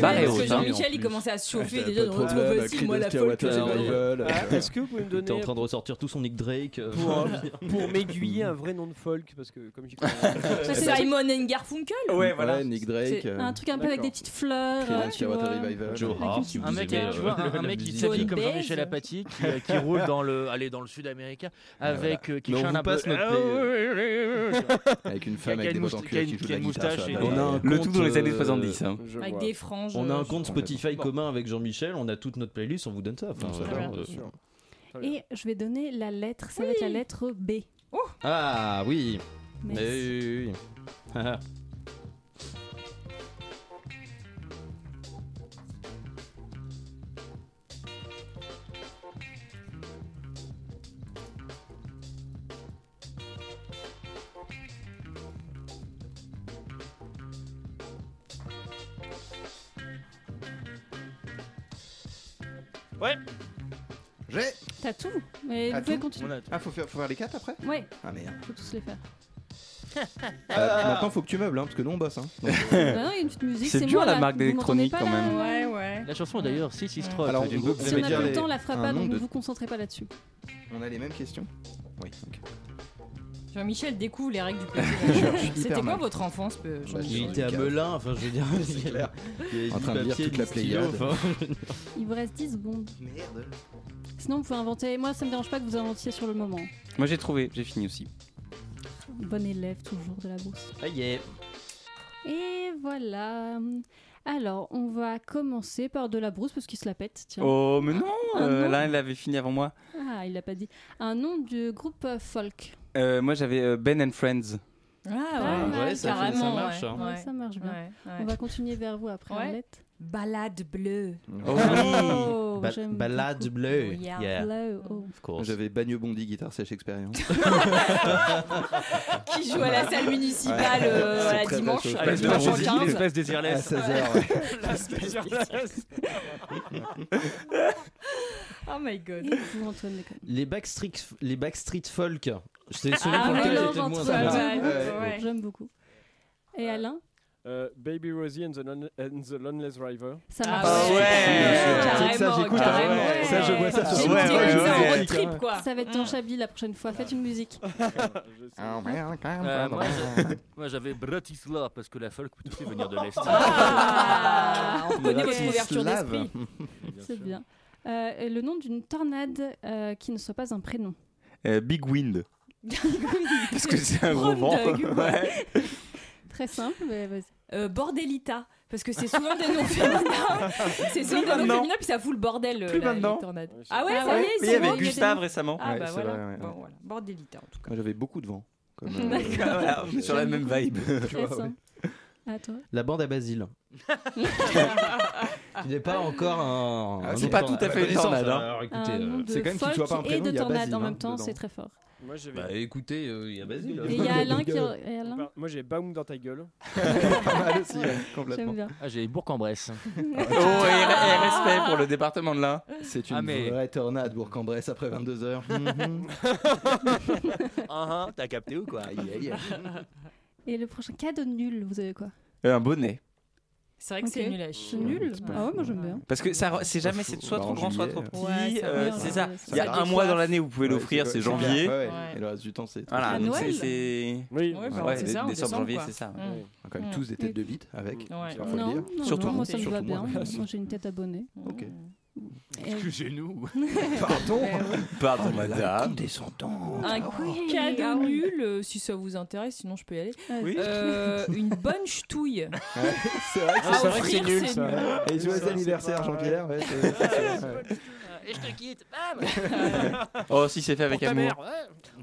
K: parce que
I: Putain,
K: Jean-Michel,
I: en
K: il
I: plus.
K: commençait à se
M: Ah,
K: chauffer.
I: Ouais,
K: déjà,
I: pas
K: on
I: de
K: retrouve
I: problème,
K: aussi,
I: cri
K: moi,
I: de
K: la folle.
I: Kawata Survival.
N: Ah, Est-ce que vous pouvez me
M: T'es en
N: donner
M: train de ressortir tout son Nick Drake. euh,
N: pour,
M: je veux dire.
N: pour m'aiguiller un vrai nom de folk parce que comme j'y connais
K: C'est Simon and Garfunkel
M: Euh, Ouais, voilà. Nick Drake,
A: c'est Un truc un peu avec des petites fleurs.
M: Credence
K: Ah,
A: euh, tu
M: Clearwater
A: vois.
M: Revival.
Q: Joe
M: Avec
Q: Hart,
M: une
Q: un mec,
M: petite-
Q: tu vois, un
M: euh, la
Q: mec qui
M: musique.
Q: s'habille comme
M: Bonne
Q: Jean-Michel
M: baise.
Q: Apathy, qui, euh, qui roule dans le, allez, dans le sud-américain avec
M: voilà.
Q: euh, qui
M: Mais on
Q: chante
M: vous
Q: un peu-
M: passe notre
Q: Ah
M: play,
Q: ouais, ouais, ouais, ouais, ouais.
M: Avec une
Q: Qui a-
M: femme
Q: qui a
M: avec
Q: une
M: des bottes en
Q: moustache-
M: cuir
Q: qui a
M: qui
Q: une-
M: joue
Q: qui
M: de
Q: a
M: la
Q: une
M: guitare.
Q: moustache
M: ça
Q: et
M: va.
Q: des-
M: On a un
Q: Le tout dans les
M: compte,
Q: années
M: euh,
Q: 70, hein.
M: je
K: Avec
M: vois.
K: des franges,
M: On a
K: euh,
M: un compte Spotify commun avec Jean-Michel. On a toute notre playlist. On vous donne ça. Enfin,
K: Très
M: ça va,
K: bien.
M: euh,
A: Et je vais donner la lettre, ça va être la lettre B.
I: Ah oui.
A: Merci.
I: Eh oui, oui, oui.
N: Ouais.
I: J'ai.
A: T'as tout Mais vous pouvez continuer.
I: Ah, faut faire, faut faire les quatre après
A: Ouais.
I: Ah merde.
A: Faut tous les faire.
I: Euh, Maintenant, faut que tu meubles, hein, parce que nous on bosse. Hein. Donc, euh,
A: Bah non, il y a une petite musique.
I: C'est
A: C'est
I: dur,
A: moi,
I: la
A: là.
I: marque
A: Vous m'entendez
I: d'électronique,
A: pas,
I: quand
A: là
I: même.
A: Ouais, ouais.
Q: La chanson d'ailleurs 663.
I: Alors,
Q: du
I: on-
Q: coup,
I: on-
Q: vous
A: Si
Q: avez
A: on a
Q: déjà
A: plus
Q: les-
A: le temps, on la fera
I: un
A: pas,
I: nombre
A: donc
I: de-
A: vous vous concentrez pas là-dessus.
I: on a les mêmes questions Oui, ok.
K: Jean-Michel découvre les règles du petit.
I: je suis hyper
K: C'était quoi
I: mal.
K: votre enfance, peu-
M: Il
K: Jean-Michel
M: était à Melun, enfin je veux dire, c'est clair. Il y avait
I: En
M: du
I: train de lire
M: papier,
I: toute
M: du
I: la
M: stylo,
I: Pléiade.
M: enfin.
A: Il vous reste 10 secondes.
I: Merde.
A: Sinon, vous pouvez inventer. Moi, ça me dérange pas que vous inventiez sur le moment.
J: Moi j'ai trouvé, j'ai fini aussi.
A: Bon élève, toujours de la bourse.
J: Ah yeah.
A: Et voilà. Alors, on va commencer par de la brousse parce qu'il se la pète. Tiens.
J: Oh mais non,
A: Ah,
J: euh,
A: non.
J: là elle avait fini avant moi.
A: Ah, il l'a pas dit. Un nom du groupe euh, folk.
J: Euh, moi j'avais euh, Ben and Friends.
A: Pas
K: Ah, ouais,
A: mal.
K: ouais, ça fait- ça Carrément, marche, ouais. hein.
A: Ouais, ça marche bien.
K: Ouais, ouais.
A: On va continuer vers vous après,
K: Ouais.
A: Arlette.
K: Balade bleue.
I: Oh
A: Oh,
I: Ba-
A: j'aime
I: Balade
A: beaucoup.
I: bleue.
A: Oui,
I: Yeah.
A: Arlette, oh.
I: J'avais Bagneux Bondi guitare sèche expérience.
K: Qui joue à la salle municipale
I: Ouais.
K: euh,
I: C'est
K: à
I: très
K: dimanche,
I: très chaud.
K: euh,
I: Bagneux
K: dimanche Ah,
I: Bondi,
K: 15.
I: l'espèce désirless. À 16h, ouais.
K: L'espèce désirless. Oh my god.
A: Et vous, Antoine Déconne.
M: Les Backstreet, les Backstreet Folk. C'est celui
A: Ah,
M: pour
A: oui,
M: lequel
A: non,
M: j'étais le moins
A: j'entends,
M: fan.
A: j'aime beaucoup, J'aime beaucoup. Et Alain
N: Euh, Baby Rosie and the, Lon- and the Loneless River.
A: Ça marche. Ah ouais,
M: Tu sais que ça, j'écoute, hein. Ça, je vois ça sur
A: J'ai
M: Ouais,
A: une
M: ouais,
A: petite
M: ouais,
A: idée,
M: ouais.
A: road trip,
M: Ouais.
A: quoi. Ça va être ton chablis la prochaine fois. Faites une musique.
M: Ah,
A: Ah,
Q: Euh, moi,
A: hein.
Q: je- moi, j'avais Bratislava parce que la folk peut aussi venir de l'Est.
A: Ah,
K: on connaît votre ouverture d'esprit.
A: C'est bien. Euh, et le nom d'une tornade euh, qui ne soit pas un prénom.
J: Euh, Big Wind. Parce que c'est un gros vent.
K: Road Dog, ouais.
J: Ouais.
A: Très simple, mais vas-y.
K: Euh, bordelita. Parce que c'est souvent des noms féminins. c'est souvent
J: Plus
K: des noms
J: maintenant.
K: féminins, puis ça fout le bordel. euh,
J: Plus
K: la-
J: maintenant.
K: les tornades. Ah ouais,
J: Ah
K: ça
J: ouais.
K: y est,
J: Mais il y
K: c'est
J: avait
K: bon, des
J: Gustave
K: noms.
J: récemment.
K: Ah
J: Ouais,
K: bah
J: c'est
K: voilà.
J: vrai, ouais,
K: Bon,
J: ouais.
K: voilà. Bordelita, en tout
I: Moi, J'avais beaucoup de vent. comme, euh,
K: D'accord.
J: Voilà, on est sur la
I: j'aime
J: même
I: beaucoup.
J: vibe.
I: Tu vois,
A: Très
I: ouais.
A: simple. À toi.
M: La bande à Basile. Il n'est pas encore un.
I: Ah,
M: un
I: c'est pas
M: autant-
I: tout à fait
M: Ah,
I: une tornade,
M: connaissance,
I: hein.
M: alors, écoutez,
A: Un
M: euh,
A: nom de
M: c'est quand même qu'il
A: folk
M: soit pas un
A: et
M: prénom,
A: de
M: il y a
A: tornade
M: Basile,
A: en
M: hein,
A: même temps,
M: dedans.
A: c'est très fort.
N: Moi j'avais.
M: Bah écoutez, euh, il y a Basile.
A: Et il y a Alain qui.
M: Euh,
A: et Alain
N: Moi j'ai Baum dans ta gueule.
J: mal aussi, ouais,
A: complètement. J'aime bien. Ah.
Q: Ah, j'ai Bourg-en-Bresse.
J: Oh, et, et respect pour le département de l'Ain.
I: C'est une
J: Ah, mais.
I: vraie tornade, Bourg-en-Bresse, après 22h.
Q: Ah, ah, T'as capté ou quoi
A: Et le prochain cadeau nul, vous avez quoi
J: Euh, un bonnet.
K: C'est vrai que c'est
A: Ok.
K: nul à chier.
A: Nul Ah ouais, moi j'aime bien.
J: Parce que ça, re- c'est jamais, c'est soit
I: Bah,
J: trop
I: en
J: grand, soit
I: juillet,
J: trop
I: ouais.
J: petit.
A: Ouais,
J: euh,
A: ça
J: c'est
A: vient,
J: ça.
A: ouais, ça
J: Il y a
A: vient.
J: un mois dans l'année où vous pouvez
I: Ouais,
J: l'offrir,
I: c'est
J: c'est
I: quoi,
J: janvier.
I: ouais, ouais.
K: Ouais.
I: Et le reste du temps, c'est.
J: Voilà,
K: À
J: donc
K: Noël
J: c'est. c'est-
N: Oui.
K: Ouais, bah,
J: Ouais,
K: c'est ça, en
J: décembre,
K: décembre,
J: janvier,
K: quoi.
J: c'est ça.
K: Mm.
I: On a quand même
K: Mm.
I: tous des têtes de bite avec.
K: Ouais.
I: ça, faut le
A: Non,
I: dire.
A: non,
J: Surtout
A: non, moi
J: moi.
A: ça me
J: Surtout
A: va bien.
J: moi.
A: Moi j'ai une tête abonnée.
K: Hum.
I: Ok.
A: Et-
Q: Excusez-nous.
I: Pardon
J: Pardon,
I: là,
J: madame.
I: Condescendant.
K: Un
A: oui. Ah
K: cadeau
A: oui.
K: nul,
A: Ah,
K: euh, si ça vous intéresse, sinon je peux y aller.
A: Oui.
K: Euh, une bonne ch'touille.
I: Ouais, c'est vrai que
K: Ah,
I: c'est- c'est vrai que c'est
K: offrir,
I: nul
K: c'est
I: ça.
K: nul.
I: Et joyeux
K: Ça,
I: anniversaire Jean-Pierre. ouais, c'est- c'est- c'est- ouais.
K: Et je te quitte.
J: Oh, si c'est fait avec
K: ta
J: amour.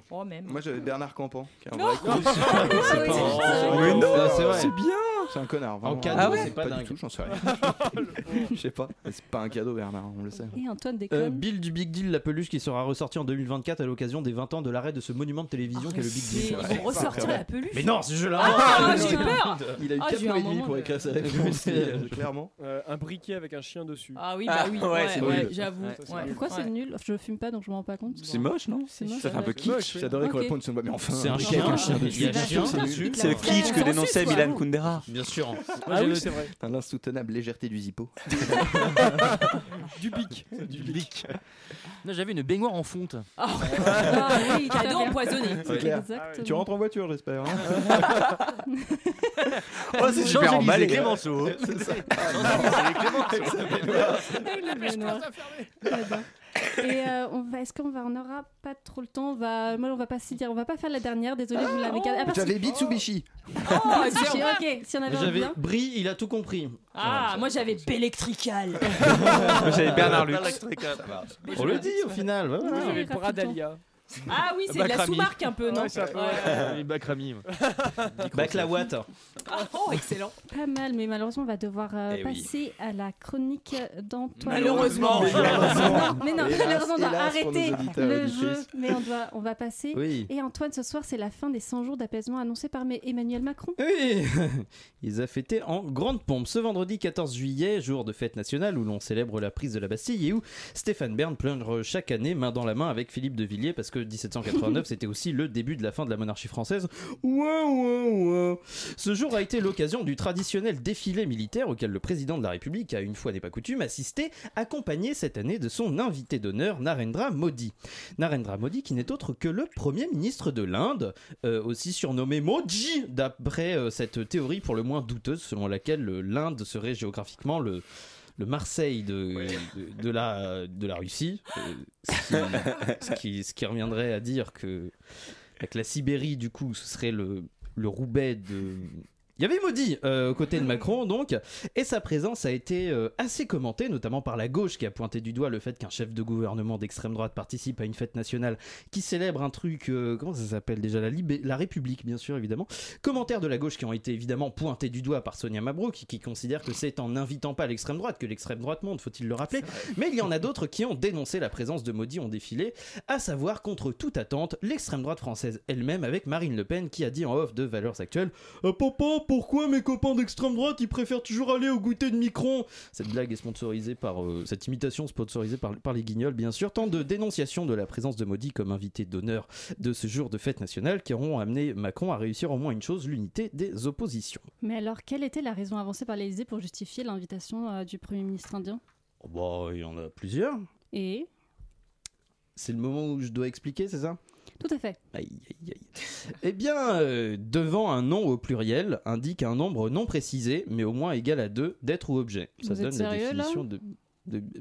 K: Oh, même.
I: Moi j'avais Bernard Campan. qui est un
K: Non.
I: vrai con.
K: Ah, oui,
I: C'est
K: oui,
I: pas
K: c'est
I: un-
K: vrai.
I: Mais
M: Non,
I: non,
M: c'est vrai.
I: C'est bien C'est un connard. vraiment.
M: En cadeau,
I: Ah ouais
M: c'est pas
I: Pas du
M: dingue.
I: tout, j'en sais rien. Je sais pas. Mais C'est pas un cadeau Bernard, on le sait.
A: Et Antoine
M: Euh,
A: déconne.
M: Bill du Big Deal, la peluche qui sera ressortie en 2024 à l'occasion des 20 ans de l'arrêt de ce monument de télévision
A: Ah,
M: qu'est le Big
K: Ils
M: Deal.
K: vont ressortir la peluche.
M: Mais non, ce jeu-là
K: Ah, j'ai eu peur.
I: Il a eu
K: Ah,
I: 4
K: j'ai eu
I: mois
K: un
I: et demi
K: moment
I: pour
K: de-
I: écrire ses réponses, euh, clairement.
N: Euh, un briquet avec un chien dessus.
K: Ah oui, bah oui,
J: Ah, ouais,
K: ouais,
J: c'est
K: ouais,
J: nul.
K: j'avoue.
J: Ouais.
K: Ouais.
A: Pourquoi
K: Ouais.
A: c'est nul Enfin, Je fume pas donc je m'en rends pas compte.
J: C'est moche, non
A: C'est moche,
J: Ça fait un
A: ouais.
J: peu kitsch.
I: J'adorais qu'on
A: Ok.
I: réponde sur bah, mais enfin.
M: C'est un
I: briquet
M: chien,
I: avec
M: un chien dessus.
I: Il y a
M: C'est un
I: chien,
M: chien,
I: c'est
M: c'est
I: nul.
J: C'est le kitsch que
K: consensus,
J: dénonçait
K: quoi.
J: Milan Kundera.
M: Bien sûr. Moi,
N: Ah
M: j'avais-
N: oui, c'est vrai.
I: T'as L'insoutenable légèreté du zippo.
N: Du bic.
Q: Du bic. Non, j'avais une baignoire en fonte.
K: Ah oui, cadeau
A: bien.
K: empoisonné.
I: C'est clair.
A: Exactement.
I: Ah Tu rentres en voiture, j'espère. hein.
J: Oh, c'est super
Q: Jean-Jacques
J: emballé.
Q: Lisée Clémenceau.
I: Ah, C'est ça.
A: Avec la baignoire. J'adore. Et euh, on va, est-ce qu'on va, on aura pas trop le temps. On va, moi, on va pas se dire, on va pas faire la dernière. Désolé, vous l'avez gardée. Ah, parce que-
I: J'avais Mitsubishi.
K: Oh,
A: Ah, Mitsubishi, ok. Si on avait envie,
M: J'avais
A: hein.
M: Brie, il a tout compris.
K: Ah, moi j'avais Pélectrical.
M: J'avais
J: Bernard Luc.
M: On le dit au final. ouais, voilà.
N: J'avais Bradalia.
K: Ah oui, c'est de la
M: Bakrami.
K: sous-marque un peu, non
N: Ouais, c'est un peu-
M: Ouais.
Q: Les Bakrami.
M: Baklawatt.
K: Ah, Oh, excellent.
A: Pas mal, mais malheureusement, on va devoir euh,
M: Eh oui.
A: passer à la chronique d'Antoine.
M: Malheureusement.
A: Non, mais non,
M: Hélas,
A: malheureusement, on doit
M: hélas pour nos
A: arrêter
M: auditeurs et
A: le jeu.
M: auditrices.
A: Mais on, doit, on va passer.
M: Oui.
A: Et Antoine, ce soir, c'est la fin des 100 jours d'apaisement annoncés par mes- Emmanuel Macron.
M: Oui Ils a fêté en grande pompe ce vendredi 14 juillet, jour de fête nationale où l'on célèbre la prise de la Bastille et où Stéphane Bern plonge chaque année main dans la main avec Philippe de Villiers parce que 1789 c'était aussi le début de la fin de la monarchie française. Ouah, ouah, ouah. Ce jour a été l'occasion du traditionnel défilé militaire auquel le président de la République a une fois n'est pas coutume assisté, accompagné cette année de son invité d'honneur Narendra Modi. Narendra Modi qui n'est autre que le premier ministre de l'Inde, euh, aussi surnommé Modi d'après euh, cette théorie pour le moins douteuse selon laquelle euh, l'Inde serait géographiquement le le Marseille de, de, de la, de la Russie, euh, ce, qui, ce, qui, ce qui reviendrait à dire que avec la Sibérie, du coup, ce serait le, le Roubaix de... Il y avait Maudit euh, aux côtés de Macron, donc, et sa présence a été euh, assez commentée, notamment par la gauche qui a pointé du doigt le fait qu'un chef de gouvernement d'extrême droite participe à une fête nationale qui célèbre un truc, euh, comment ça s'appelle déjà la, Libé- la République, bien sûr, évidemment. Commentaires de la gauche qui ont été évidemment pointés du doigt par Sonia Mabrouk, qui, qui considère que c'est en n'invitant pas l'extrême droite que l'extrême droite monte, faut-il le rappeler. Mais il y en a d'autres qui ont dénoncé la présence de Maudit en défilé, à savoir contre toute attente l'extrême droite française elle-même avec Marine Le Pen qui a dit en off de Valeurs Actuelles Euh, Papa, pourquoi mes copains d'extrême droite ils préfèrent toujours aller au goûter de Micron Cette blague est sponsorisée par. euh, cette imitation sponsorisée par, par les Guignols, bien sûr. Tant de dénonciations de la présence de Maudit comme invité d'honneur de ce jour de fête nationale qui auront amené Macron à réussir au moins une chose l'unité des oppositions.
A: Mais alors, quelle était la raison avancée par l'Élysée pour justifier l'invitation euh, du Premier ministre indien
M: Oh, bah, il y en a plusieurs.
A: Et
M: C'est le moment où je dois expliquer, c'est ça
A: tout à fait.
M: Aïe, aïe, aïe. Eh bien, euh, devant un nom au pluriel indique un nombre non précisé, mais au moins égal à 2, d'être ou objet. Ça
A: Vous
M: donne
A: êtes sérieux, là
M: la définition de. de-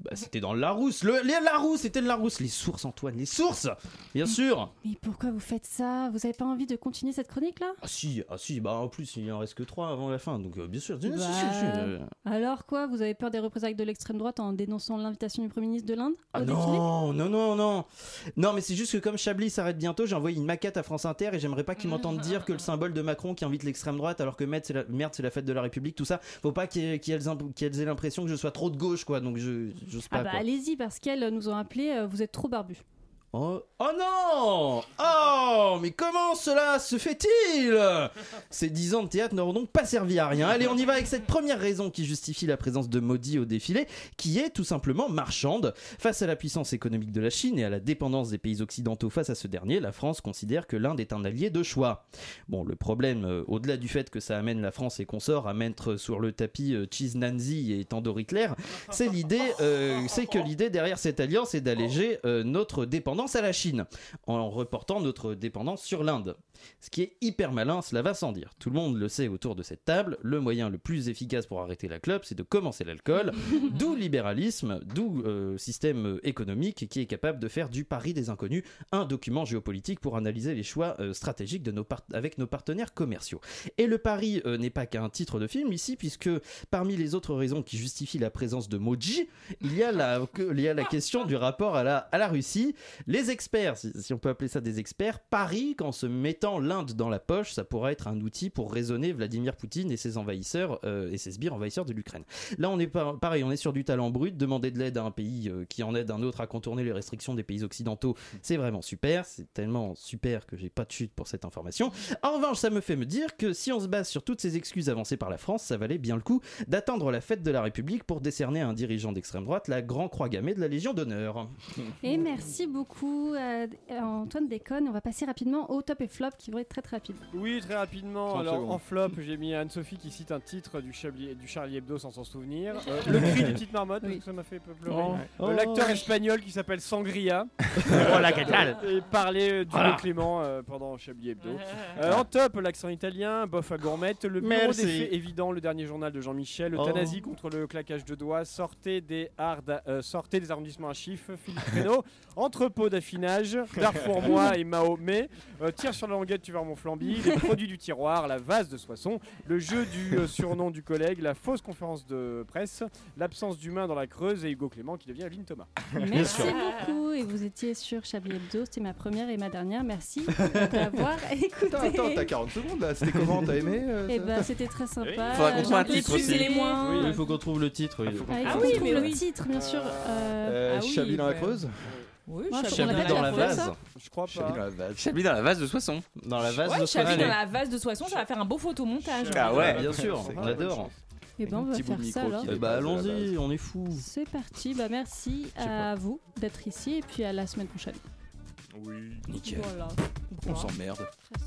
M: bah, c'était dans le Larousse. Le, les Larousse, c'était le Larousse. Les sources, Antoine, les sources Bien sûr
A: Mais pourquoi vous faites ça Vous avez pas envie de continuer cette chronique là
M: Ah si, ah si, bah en plus, il en reste que 3 avant la fin, donc euh, bien sûr. Si, si, si,
A: Bah,
M: si, euh,
A: Alors quoi Vous avez peur des représailles de l'extrême droite en dénonçant l'invitation du Premier ministre de l'Inde
M: Ah
A: au défilé
M: non, non, non, non. Non, mais c'est juste que comme Chablis s'arrête bientôt, j'ai envoyé une maquette à France Inter et j'aimerais pas qu'ils m'entendent dire que le symbole de Macron qui invite l'extrême droite alors que merde, c'est la, merde, c'est la fête de la République, tout ça. Faut pas qu'elles qu'elles aient l'impression que je sois trop de gauche, quoi. Donc je, j'ose pas.
A: Ah bah
M: quoi.
A: allez-y parce qu'elles nous ont appelé. euh, vous êtes trop barbus.
M: Oh, oh non Oh Mais comment cela se fait-il Ces dix ans de théâtre n'auront donc pas servi à rien. Allez, on y va avec cette première raison qui justifie la présence de Modi au défilé, qui est tout simplement marchande. Face à la puissance économique de la Chine et à la dépendance des pays occidentaux face à ce dernier, la France considère que l'Inde est un allié de choix. Bon, le problème, euh, au-delà du fait que ça amène la France et consorts à mettre sur le tapis euh, Cheese Nancy et Tandoori Hitler, c'est l'idée, euh, c'est que l'idée derrière cette alliance est d'alléger euh, notre dépendance à la Chine en reportant notre dépendance sur l'Inde. Ce qui est hyper malin, cela va sans dire. Tout le monde le sait autour de cette table, le moyen le plus efficace pour arrêter la clope, c'est de commencer l'alcool, d'où libéralisme, d'où euh, système économique qui est capable de faire du pari des inconnus un document géopolitique pour analyser les choix euh, stratégiques de nos part- avec nos partenaires commerciaux. Et le pari euh, n'est pas qu'un titre de film ici, puisque parmi les autres raisons qui justifient la présence de Moji, il y a la, que- il y a la question du rapport à la, à la Russie. Les experts, si, si on peut appeler ça des experts, parient qu'en se mettant l'Inde dans la poche, ça pourra être un outil pour raisonner Vladimir Poutine et ses envahisseurs euh, et ses sbires envahisseurs de l'Ukraine. Là, on est pas- pareil, on est sur du talent brut. Demander de l'aide à un pays euh, qui en aide un autre à contourner les restrictions des pays occidentaux, c'est vraiment super. C'est tellement super que j'ai pas de chute pour cette information. En revanche, ça me fait me dire que si on se base sur toutes ces excuses avancées par la France, ça valait bien le coup d'attendre la fête de la République pour décerner à un dirigeant d'extrême droite la Grand Croix gammée de la Légion d'honneur.
A: Et merci beaucoup beaucoup, euh, Antoine déconne. On va passer rapidement au top et flop qui vont être très très rapides.
N: Oui, très rapidement.
M: 30
N: Alors,
M: secondes.
N: en flop, j'ai mis Anne-Sophie qui cite un titre du, Chablis- du Charlie Hebdo sans s'en souvenir. Euh, le cri des petites marmottes, parce que ça m'a fait peu pleurer.
M: Oh.
N: Euh,
M: Oh.
N: L'acteur espagnol qui s'appelle Sangria.
M: la catale.
N: Et parler du
M: Voilà.
N: Clément euh, pendant Chablis Hebdo. Euh, en top, l'accent italien, bof à gourmette, le bureau
M: Merci.
N: des faits évident, le dernier journal de Jean-Michel, euthanasie
M: Oh.
N: contre le claquage de doigts, sortez des, hard- euh, sortez des arrondissements à chiffres, Philippe Reynaud, entrepôt d'affinage, Darfour-moi et Mahomet, euh, tire sur la languette, tu vers mon flambi, les produits du tiroir, la vase de Soissons, le jeu du euh, surnom du collègue, la fausse conférence de presse, l'absence d'humain dans la Creuse et Hugo Clément qui devient Lynn Thomas.
A: Merci beaucoup. Et vous étiez sur Chablis Hebdo. C'était ma première et ma dernière. Merci d'avoir écouté.
I: Attends, attends, t'as 40 secondes là, c'était comment T'as aimé euh,
A: Eh
I: ça
A: ben, c'était très sympa.
I: Faudra qu'on trouve un
A: Euh,
I: titre aussi.
A: les moins.
M: Oui, il faut qu'on trouve le titre. oui.
A: Ah, il faut qu'on trouve le titre, bien sûr. Euh,
M: Euh,
A: ah oui,
M: Chablis dans la
A: ouais.
M: Creuse
A: Oui,
M: Moi,
A: Chablis
M: Chablis
A: dans la
M: dans la hein.
A: Creuse.
M: vase.
N: Je crois
M: Chablis
N: pas.
M: dans la vase.
J: Chablis dans la vase de Soissons.
M: Dans la vase de
S: Ouais, Chablis dans
M: Soissons.
S: la vase de Soissons, ça va faire un beau photomontage.
M: Ah ouais, bien
J: Bien
M: sûr,
J: sûr,
M: on adore.
A: Eh ben, on va faire ça alors.
M: Eh bah allons-y, on est fou.
A: C'est parti. Bah, merci à vous d'être ici et puis à la semaine prochaine.
J: Nickel.
A: Voilà.
J: On s'emmerde.
A: Très